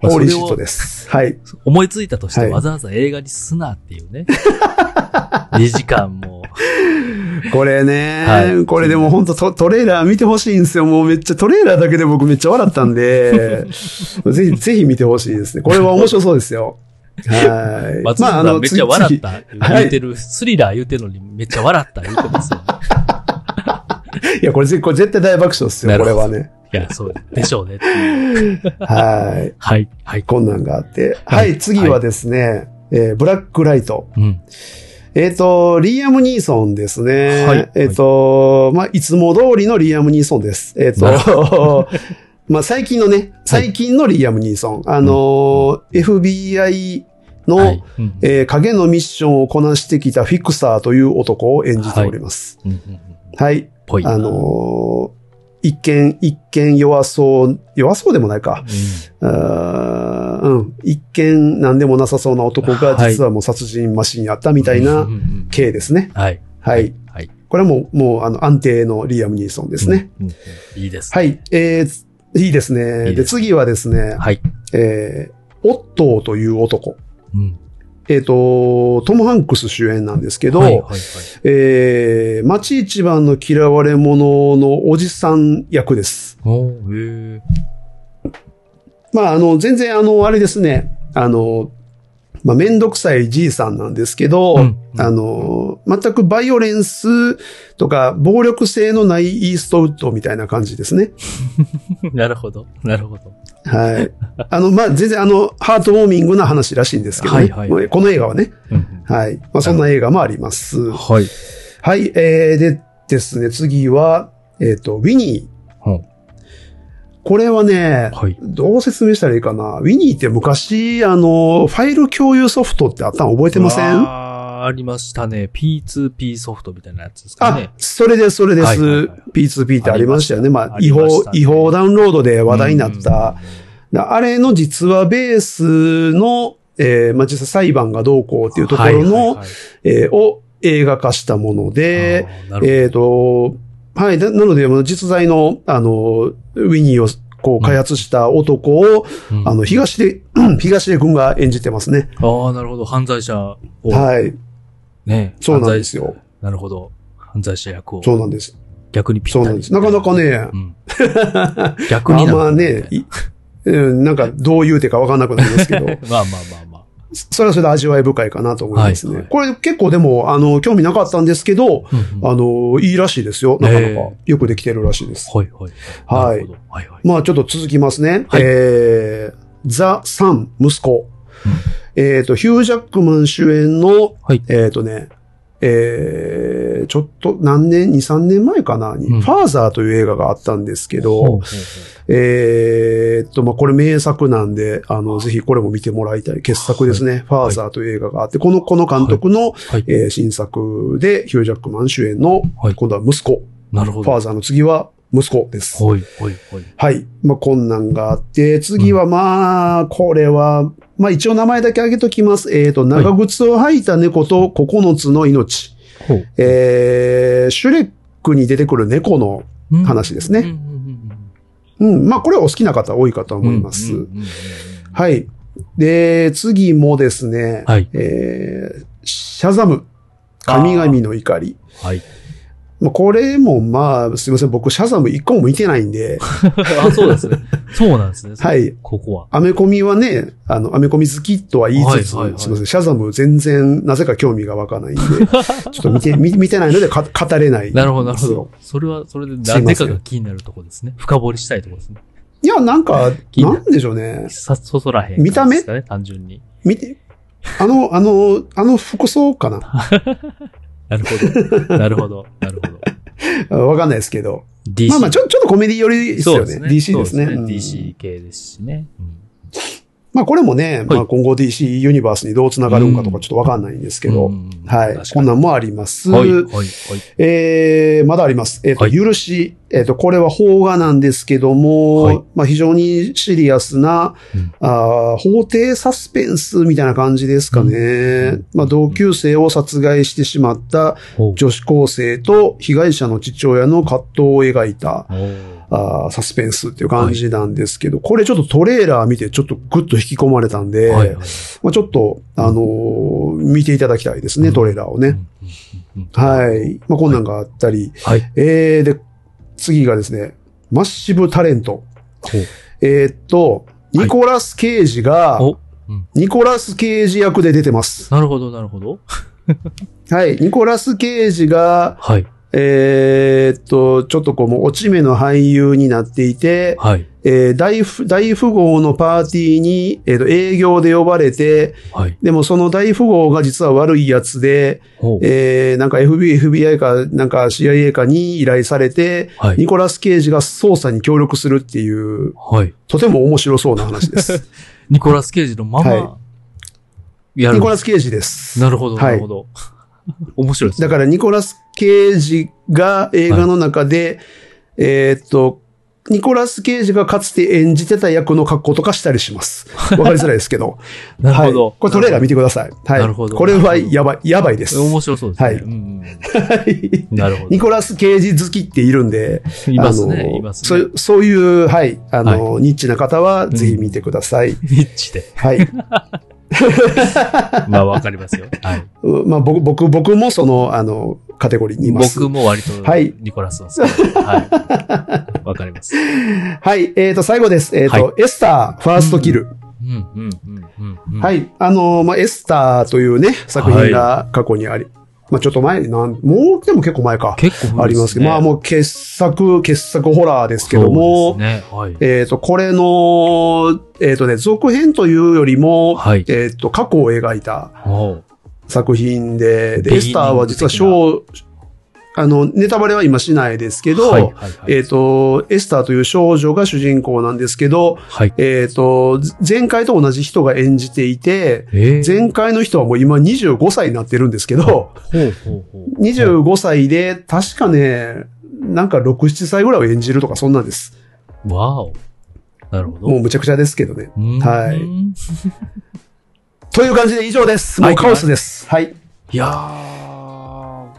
S2: ホ
S1: まあ
S2: ーリー
S1: そ
S2: シ
S1: れを
S2: ットです。はい。
S1: 思いついたとして、
S2: はい
S1: わざわざ映画にすなっていうね。2時間 も。
S2: これね、
S1: はい
S2: これでも本当トトレーラー見てほしいんですよ。もうめっちゃトレーラーだけで僕めっちゃ笑った んで、ぜひ、ぜひ見てほしいですね。これは面白そうですよ。はい。
S1: 松村さんめっちゃ笑っ
S2: 次
S1: た
S2: 次
S1: 言ってる、スリラー言ってるのにめっちゃ笑った言って ますよね。
S2: 次いや、これぜこれ絶対大爆笑ですよ、
S1: なるほ
S2: これ
S1: ど
S2: はね。
S1: いや、そうでしょうねっていう。
S2: はい。
S1: はい、はい。
S2: こんなんがあって。は
S1: はい
S2: い、次はですね、えーブラックライト。
S1: うん。
S2: えっ、と、リーアム・ニーソンですね。
S1: はい
S2: えっ、と、まあ、いつも通りのリーアム・ニーソンです。えっ、
S1: なる
S2: と、 まあ、最近のね、最近のリーアム・ニーソン。あのー FBI の、
S1: はい。うん
S2: えー影のミッションをこなしてきたフィクサーという男を演じております。
S1: うんうんうん
S2: はい。
S1: ぽいな。
S2: あのー一見、一見弱そう、弱そうでもないか。あーうん。一見何でもなさそうな男が実はもう殺人マシンにあったみたい
S1: うんう
S2: な
S1: んうん
S2: 系ですね。
S1: はい。
S2: はい。
S1: はい。
S2: これはもう、もう、あの、安定のリアム・ニーソンですね。
S1: うん。うんいいです。
S2: はい。えーついいですね。
S1: いい
S2: で、
S1: です
S2: 次はですね、
S1: はい。
S2: えー、オットーという男。
S1: うん。
S2: えっ、と、トム・ハンクス主演なんですけど、
S1: はい、はい、はい。
S2: えー、町一番の嫌われ者のおじさん役です。
S1: おー、へー
S2: まあ、あの、全然、あの、あれですね、あの、まあ、めんどくさいじいさんなんですけど、
S1: うんうん
S2: あの、全くバイオレンスとか暴力性のないイーストウッドみたいな感じですね。
S1: なるほど。なるほど。
S2: はい。あの、まあ、全然あの、ハートウォーミングな話らしいんですけどね。
S1: はいはいはい
S2: この映画はね。
S1: うん
S2: はい。まあ、そんな映画もあります。
S1: うんはい。
S2: はい。えー、でですね、次は、えっ、と、ウィニー。
S1: うん
S2: これはね、
S1: はい。
S2: どう説明したらいいかな。ウィニーって昔、あの、ファイル共有ソフトってあったの覚えてません
S1: あーありましたね。P2P ソフトみたいなやつですか
S2: あ
S1: ね、。
S2: それです、それです。
S1: はいはいはい
S2: P2P ってありましたよね。まあ、
S1: あ
S2: 違
S1: り
S2: 法
S1: ました、ね
S2: 違法ダウンロードで話題になった。
S1: う
S2: なあれの実はベースの、えーまあ、実際裁判がどうこうってい
S1: ん
S2: うとこ
S1: は
S2: ろの、
S1: いはいはい
S2: えーを映画化したもので、
S1: あーなるほど
S2: えっ、と、はい、ななので、まあ実在の、あの、ウィニーをこう開発した男を、
S1: うん
S2: あの、東出、 東出君が演じてますね。
S1: ああ、なるほど。犯罪者を、
S2: はい。
S1: ね。
S2: そうなんですよ
S1: 犯罪。なるほど。犯罪者役を
S2: そうなんです。
S1: 逆にぴっ
S2: そう
S1: た
S2: なん
S1: り
S2: です。なかなかね
S1: う、ん。逆に
S2: あ
S1: なんる
S2: まね、いうんなんかどう言うてかわかんなくなりま すけど、
S1: まあまあまあまあ。
S2: それはそれで味わい深いかなと思いますね。
S1: はいはい
S2: これ結構でも、あの、興味なかったんですけど、
S1: うんうん
S2: あの、いいらしいですよ。なかなか
S1: ええ。
S2: よくできてるらしいです。
S1: はいはい。
S2: はい
S1: なるほど。はいはい。
S2: まあ、ちょっと続きますね。
S1: はい
S2: えー、ザ・サン、息子。えっ、と、ヒュー・ジャックマン主演の、
S1: はい
S2: えっ、とね、えー、ちょっと何年、2、3年前かなに、
S1: うん
S2: ファーザーという映画があったんですけど、
S1: ほうほうほ
S2: えーっと、まあ、これ名作なんで、あの、ぜひこれも見てもらいたい。傑作ですね。ファーザーという映画があって、この、この監督の、
S1: うはい。
S2: えー新作で、ヒュージャックマン主演の、
S1: はい
S2: 今度は息子。
S1: なるほ
S2: ファー
S1: ど。
S2: ザーの次は息子です。
S1: ほいほいほい。
S2: はい。まあ、こんなんがあって、次はまあ、これは、まあ、一応名前だけ挙げときます。えーっと、長靴を履いた猫と9つの命。
S1: ほう
S2: えー、シュレックに出てくる猫の
S1: うん
S2: 話です
S1: う
S2: ね。
S1: んうんうんうん
S2: うん。まあ、これはお好きな方多いかと思います。
S1: うんうんうんうん
S2: はい。で、次もですね、
S1: はい。
S2: えー、シャザム、神々の怒り。
S1: はい。
S2: まあ、これもまあ、すいません。僕、シャザム一個も見てないんで、
S1: あ、そうですね。 そうなんですね。
S2: はい。
S1: ここは。
S2: アメコミはね、あの、アメコミ好きとは言いつつ、
S1: はいはいはい
S2: すいません。シャザム全然、なぜか興味が湧 かないんで、ちょっと見て、見見てないのでか語れないんですよ。
S1: なるほど、なるほど。それは、それで、
S2: すい
S1: な
S2: ま
S1: ぜ
S2: せん
S1: かが気になるとこですね。深掘りしたいとこですね。
S2: いや、なんか、
S1: 気にな
S2: な
S1: る
S2: んでしょうね。
S1: さ、そそらへん、
S2: 見た目
S1: ですかね、単純に。
S2: 見て、あの、あの、あの服装かな
S1: なるほど。なるほど。なるほど。
S2: わかんないですけど。
S1: DC。
S2: まあまあ、ちょ、ちょっとコメディ寄りです
S1: そう
S2: よ
S1: で
S2: ね。
S1: すね。
S2: DC ですね。
S1: そう
S2: うん
S1: DC 系ですしね。うん
S2: まあこれもね、まあ今後 DC ユニバースにどう繋がるのかとかちょっとわかんないんですけ
S1: う
S2: ど、
S1: ん
S2: はい。
S1: 確
S2: こ
S1: か
S2: ん
S1: に
S2: なんもあります。
S1: はい、はい、はい。
S2: えー、まだあります。えっ、と、
S1: はい
S2: 許し、えっ、と、これは法画なんですけども、
S1: はい
S2: まあ非常にシリアスな、
S1: うん
S2: あー法廷サスペンスみたいな感じですかね。
S1: うん
S2: まあ同級生を殺害してしまった
S1: ほう
S2: 女子高生と被害者の父親の葛藤を描いた、
S1: おー
S2: あーサスペンスっていう感じなんですけど、これちょっとトレーラー見てちょっとグッと引き込まれたんで、
S1: はい、はい。
S2: まあ、ちょっと、あのー見ていただきたいですね、
S1: うん
S2: トレーラーを
S1: うん
S2: ね。
S1: うんうん
S2: はい。まあ、こんなんがあったり、
S1: はい。
S2: えー、で、次がですね、マッシブタレント。
S1: ほう
S2: えーっと、
S1: はい
S2: ニコラス・ケイジが、
S1: おうん
S2: ニコラス・ケイジ役で出てます。
S1: なるほど、なるほど。
S2: はい。ニコラス・ケイジが、
S1: はい、
S2: えーっと、ちょっとこう、もう落ち目の俳優になっていて、
S1: はい、
S2: えー大富、大富豪のパーティーに、えーっと、営業で呼ばれて、
S1: はい。
S2: でもその大富豪が実は悪いやつで、
S1: ほう
S2: えー、なんか FBI、FBI か、なんか CIA かに依頼されて、
S1: は
S2: ニ
S1: い、
S2: コラス・ケイジが捜査に協力するっていう、
S1: はい。
S2: とても面白そうな 話です。
S1: ニコラス・ケイジのま
S2: は
S1: ま、や
S2: ニ
S1: る
S2: コ。ラス・ケイジです。
S1: なるほど、
S2: は
S1: な
S2: い
S1: るほど。 面白いですね
S2: だ。からニコラス・ケイジが映画の中で、えーっと、ニコラス・ケイジがかつて演じてた役の格好とかしたりします。わかりづらいですけど。
S1: なるほど
S2: はい。これトレーラー見てください。はい。
S1: なるほど
S2: これはやばい、やばいです。
S1: 面白そうですね。
S2: はい
S1: うん
S2: はい
S1: うんなるほど。
S2: ニコラス・ケイジ好きっているんで、
S1: います
S2: あの
S1: ね、います
S2: そ
S1: ね
S2: う。そういう、はい、あの、ニッチな方はぜひ見てください。
S1: ニッチで。
S2: はい。
S1: まあ、わかり ますよ。はい。
S2: うまあ、僕、僕、僕もその、あの、カテゴリーにいます。
S1: 僕も割と
S2: はい、
S1: ニコラスの好きなはい。わかります。
S2: はい、えっ、と、最後です。えっ、と、
S1: は
S2: エスター、ファーストキル。
S1: うん、うん、うん、うん。。
S2: はいい。あの、まあ、エスターというね、作品が過去にあり、まあ、ちょっと前、なん、もう、でも結構前か。
S1: 結構古
S2: あ
S1: い
S2: り
S1: で
S2: ます
S1: す
S2: け
S1: ね。
S2: ど、まあ、
S1: う、
S2: もう傑作、傑作ホラーですけども、
S1: ね。はい。
S2: えっ、と、これの、えっ、とね、続編というよりも、
S1: はい
S2: えっ、と、過去を描いた
S1: おう
S2: 作品で、で
S1: ビギニング的な
S2: エスターは実は小、あの、ネタバレは今しないですけど、
S1: はい、はい、はい。
S2: えっ、と、エスターという少女が主人公なんですけど、
S1: はい。
S2: えっ、と、前回と同じ人が演じていて、
S1: えー
S2: 前回の人はもう今25歳になってるんですけど、
S1: ほうほうほう。
S2: 25歳で、確かね、なんか6、7歳ぐらいを演じるとかそんなんです。
S1: わお。なるほど。
S2: もうむちゃくちゃですけどね。
S1: うん
S2: はいという感じで以上です。も
S1: は
S2: う
S1: い
S2: カオスです。はい。
S1: いやー。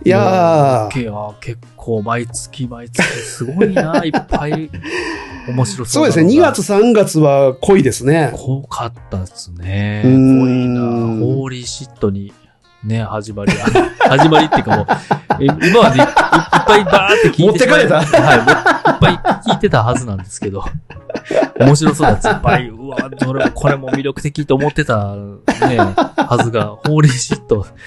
S2: いやー
S1: いやー結構毎月毎月すごいな、いっぱ い面白
S2: そ
S1: そううなのが
S2: ですね。2月、3月は濃いですね。
S1: 濃かったですね。
S2: う
S1: 濃
S2: ー
S1: い
S2: ん
S1: な。ホーリーシットに、ね、始まりが、 始まりっていうかもう、え今までいいっぱいバーって聞いてしまい
S2: 持っ
S1: はい、もういっ
S2: て
S1: ぱい聞いてたはずなんですけど、面白そうなやついっぱい、うわ、どれもこれも魅力的と思ってた、ね、はずが、ホーリーシット、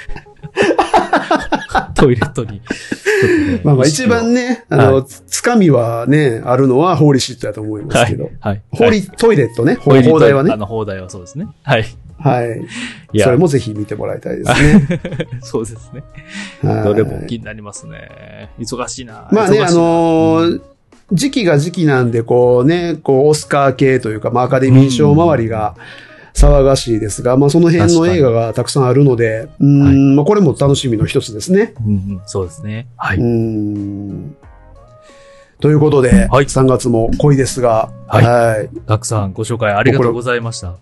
S1: トイレットに、ちょっとね
S2: まあまあ一番ね、あの、つつかみはね、あるのはホーリーシットだと思いますけど。
S1: はい。
S2: ホーリートイレットね、
S1: ホーリー
S2: 放題は
S1: あ
S2: ね。
S1: の、放題はそうですね。はい。
S2: はい。
S1: いや
S2: それもぜひ見てもらいたいですね。
S1: そうですね。
S2: はい
S1: どれも気になりますね。忙しいな。
S2: まあ
S1: 忙しい
S2: ね、
S1: な
S2: あのー時期が時期なんで、こうね、こう、オスカー系というか、まあ、アカデミー賞周りが騒がしいですが、まあ、その辺の映画がたくさんあるので、うーん、
S1: はい
S2: まあ、これも楽しみの一つですね。
S1: うんうん、そうですね。は
S2: う
S1: い。
S2: ーん。ということで、
S1: はい
S2: 3月も濃いですが、
S1: はい
S2: はい
S1: たくさんご紹介ありがとうございました。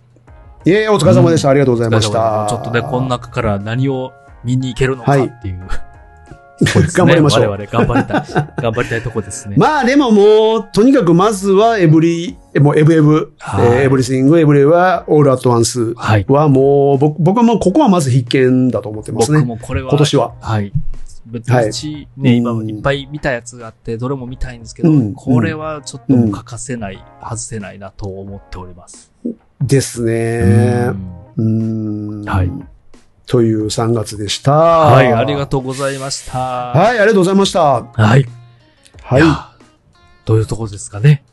S2: いえ、お疲れ様でした。ありがとうございまし
S1: お疲れ様
S2: た。
S1: ですちょっとね、この中から何を見に行けるのかっていう、そうですね
S2: 頑張りましょう
S1: 我々頑張りた い。頑張りたいとこですね。
S2: まあでももう、とにかくまずはエブリ、もうエブエブ、
S1: はい
S2: えーエブリシング、エブリはオールアットワンス
S1: はい。
S2: はもう、僕僕はもうここはまず必見だと思ってます
S1: 僕
S2: ね。
S1: もこれは、
S2: 今年は。
S1: はい。私、ね、今いっぱい見たやつがあって、どれも見たいんですけど、
S2: うん
S1: これはちょっと欠かせない、外せないなと思っております。
S2: です
S1: う
S2: ね。
S1: ん
S2: うーん。
S1: はい。
S2: という3月でした。
S1: はい、ありがとうございました。は
S2: はい、ありがとうございました。
S1: い。はい。
S2: はい。
S1: どういうとこですかね。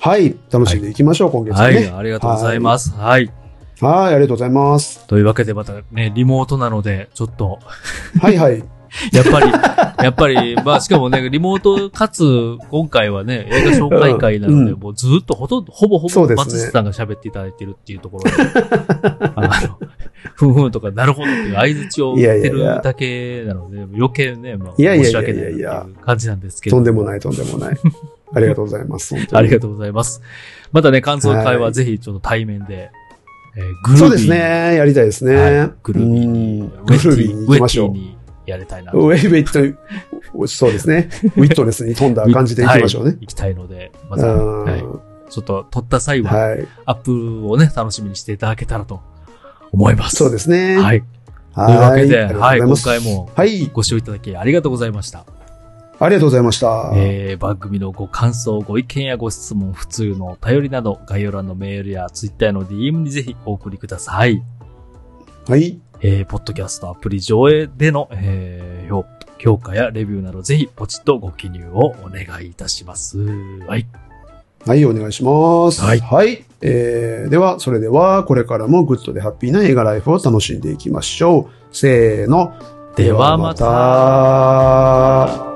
S2: はい。楽しんでいきましょう、今月も
S1: はい、
S2: ね。
S1: ありがとうございます。はい。
S2: はい、ありがとうございます。
S1: というわけで、またね、リモートなので、ちょっと、
S2: はいはい。
S1: やっぱ り、やっぱり、まあ、しかもね、リモートかつ、今回はね、映画紹介会なので、
S2: うん
S1: もうずっとほとんど、ほぼほ
S2: そ
S1: ぼ、
S2: うですね
S1: 松下さんが喋っていただいてるっていうところ で、あの、ふんふんとか、なるほどっていう相槌を打ってるだけなので、余計ね、まあ、
S2: いやい
S1: 申
S2: やい
S1: し
S2: やい
S1: 訳
S2: や
S1: ないなっていう感じなんです けど。
S2: とんでもない、とんでもない。ありがとうございます。本当に
S1: ありがとうございます。またね、感想会
S2: は
S1: はいぜひちょっと対面で、えーグルービー
S2: そうですね。やりたいですね。
S1: はいグルービーに、
S2: うんグルービーに行きましょ
S1: ウェッ
S2: う
S1: ティ。にやりたいなと。
S2: ウェイウェイと、そうですね。ウィットネスに富んだ感じでいきましょうね
S1: は。い行きたいので、ま
S2: う
S1: た、
S2: ん
S1: はいちょっと撮った際は、
S2: はい。
S1: アップをね、楽しみにしていただけたらと思います。
S2: そうですね。。
S1: はいい。というわけで、
S2: あ
S1: は
S2: り
S1: い、
S2: がとうご
S1: 今
S2: ざい
S1: 回
S2: ます。
S1: も
S2: はい。
S1: ご視聴いただきありがとうございました。
S2: ありがとうございました。
S1: えー番組のご感想、ご意見やご質問、普通のお便りなど、概要欄のメールやツイッターの DM にぜひお送りください。
S2: はい。
S1: えーポッドキャストアプリ上映での、えー評評価やレビューなどぜひポチッとご記入をお願いいたします。はい。
S2: はい、お願いします。
S1: はい
S2: えーでは、それでは、これからもグッドでハッピーな映画ライフを楽しんでいきましょう。せーの。
S1: ではまた
S2: ではまた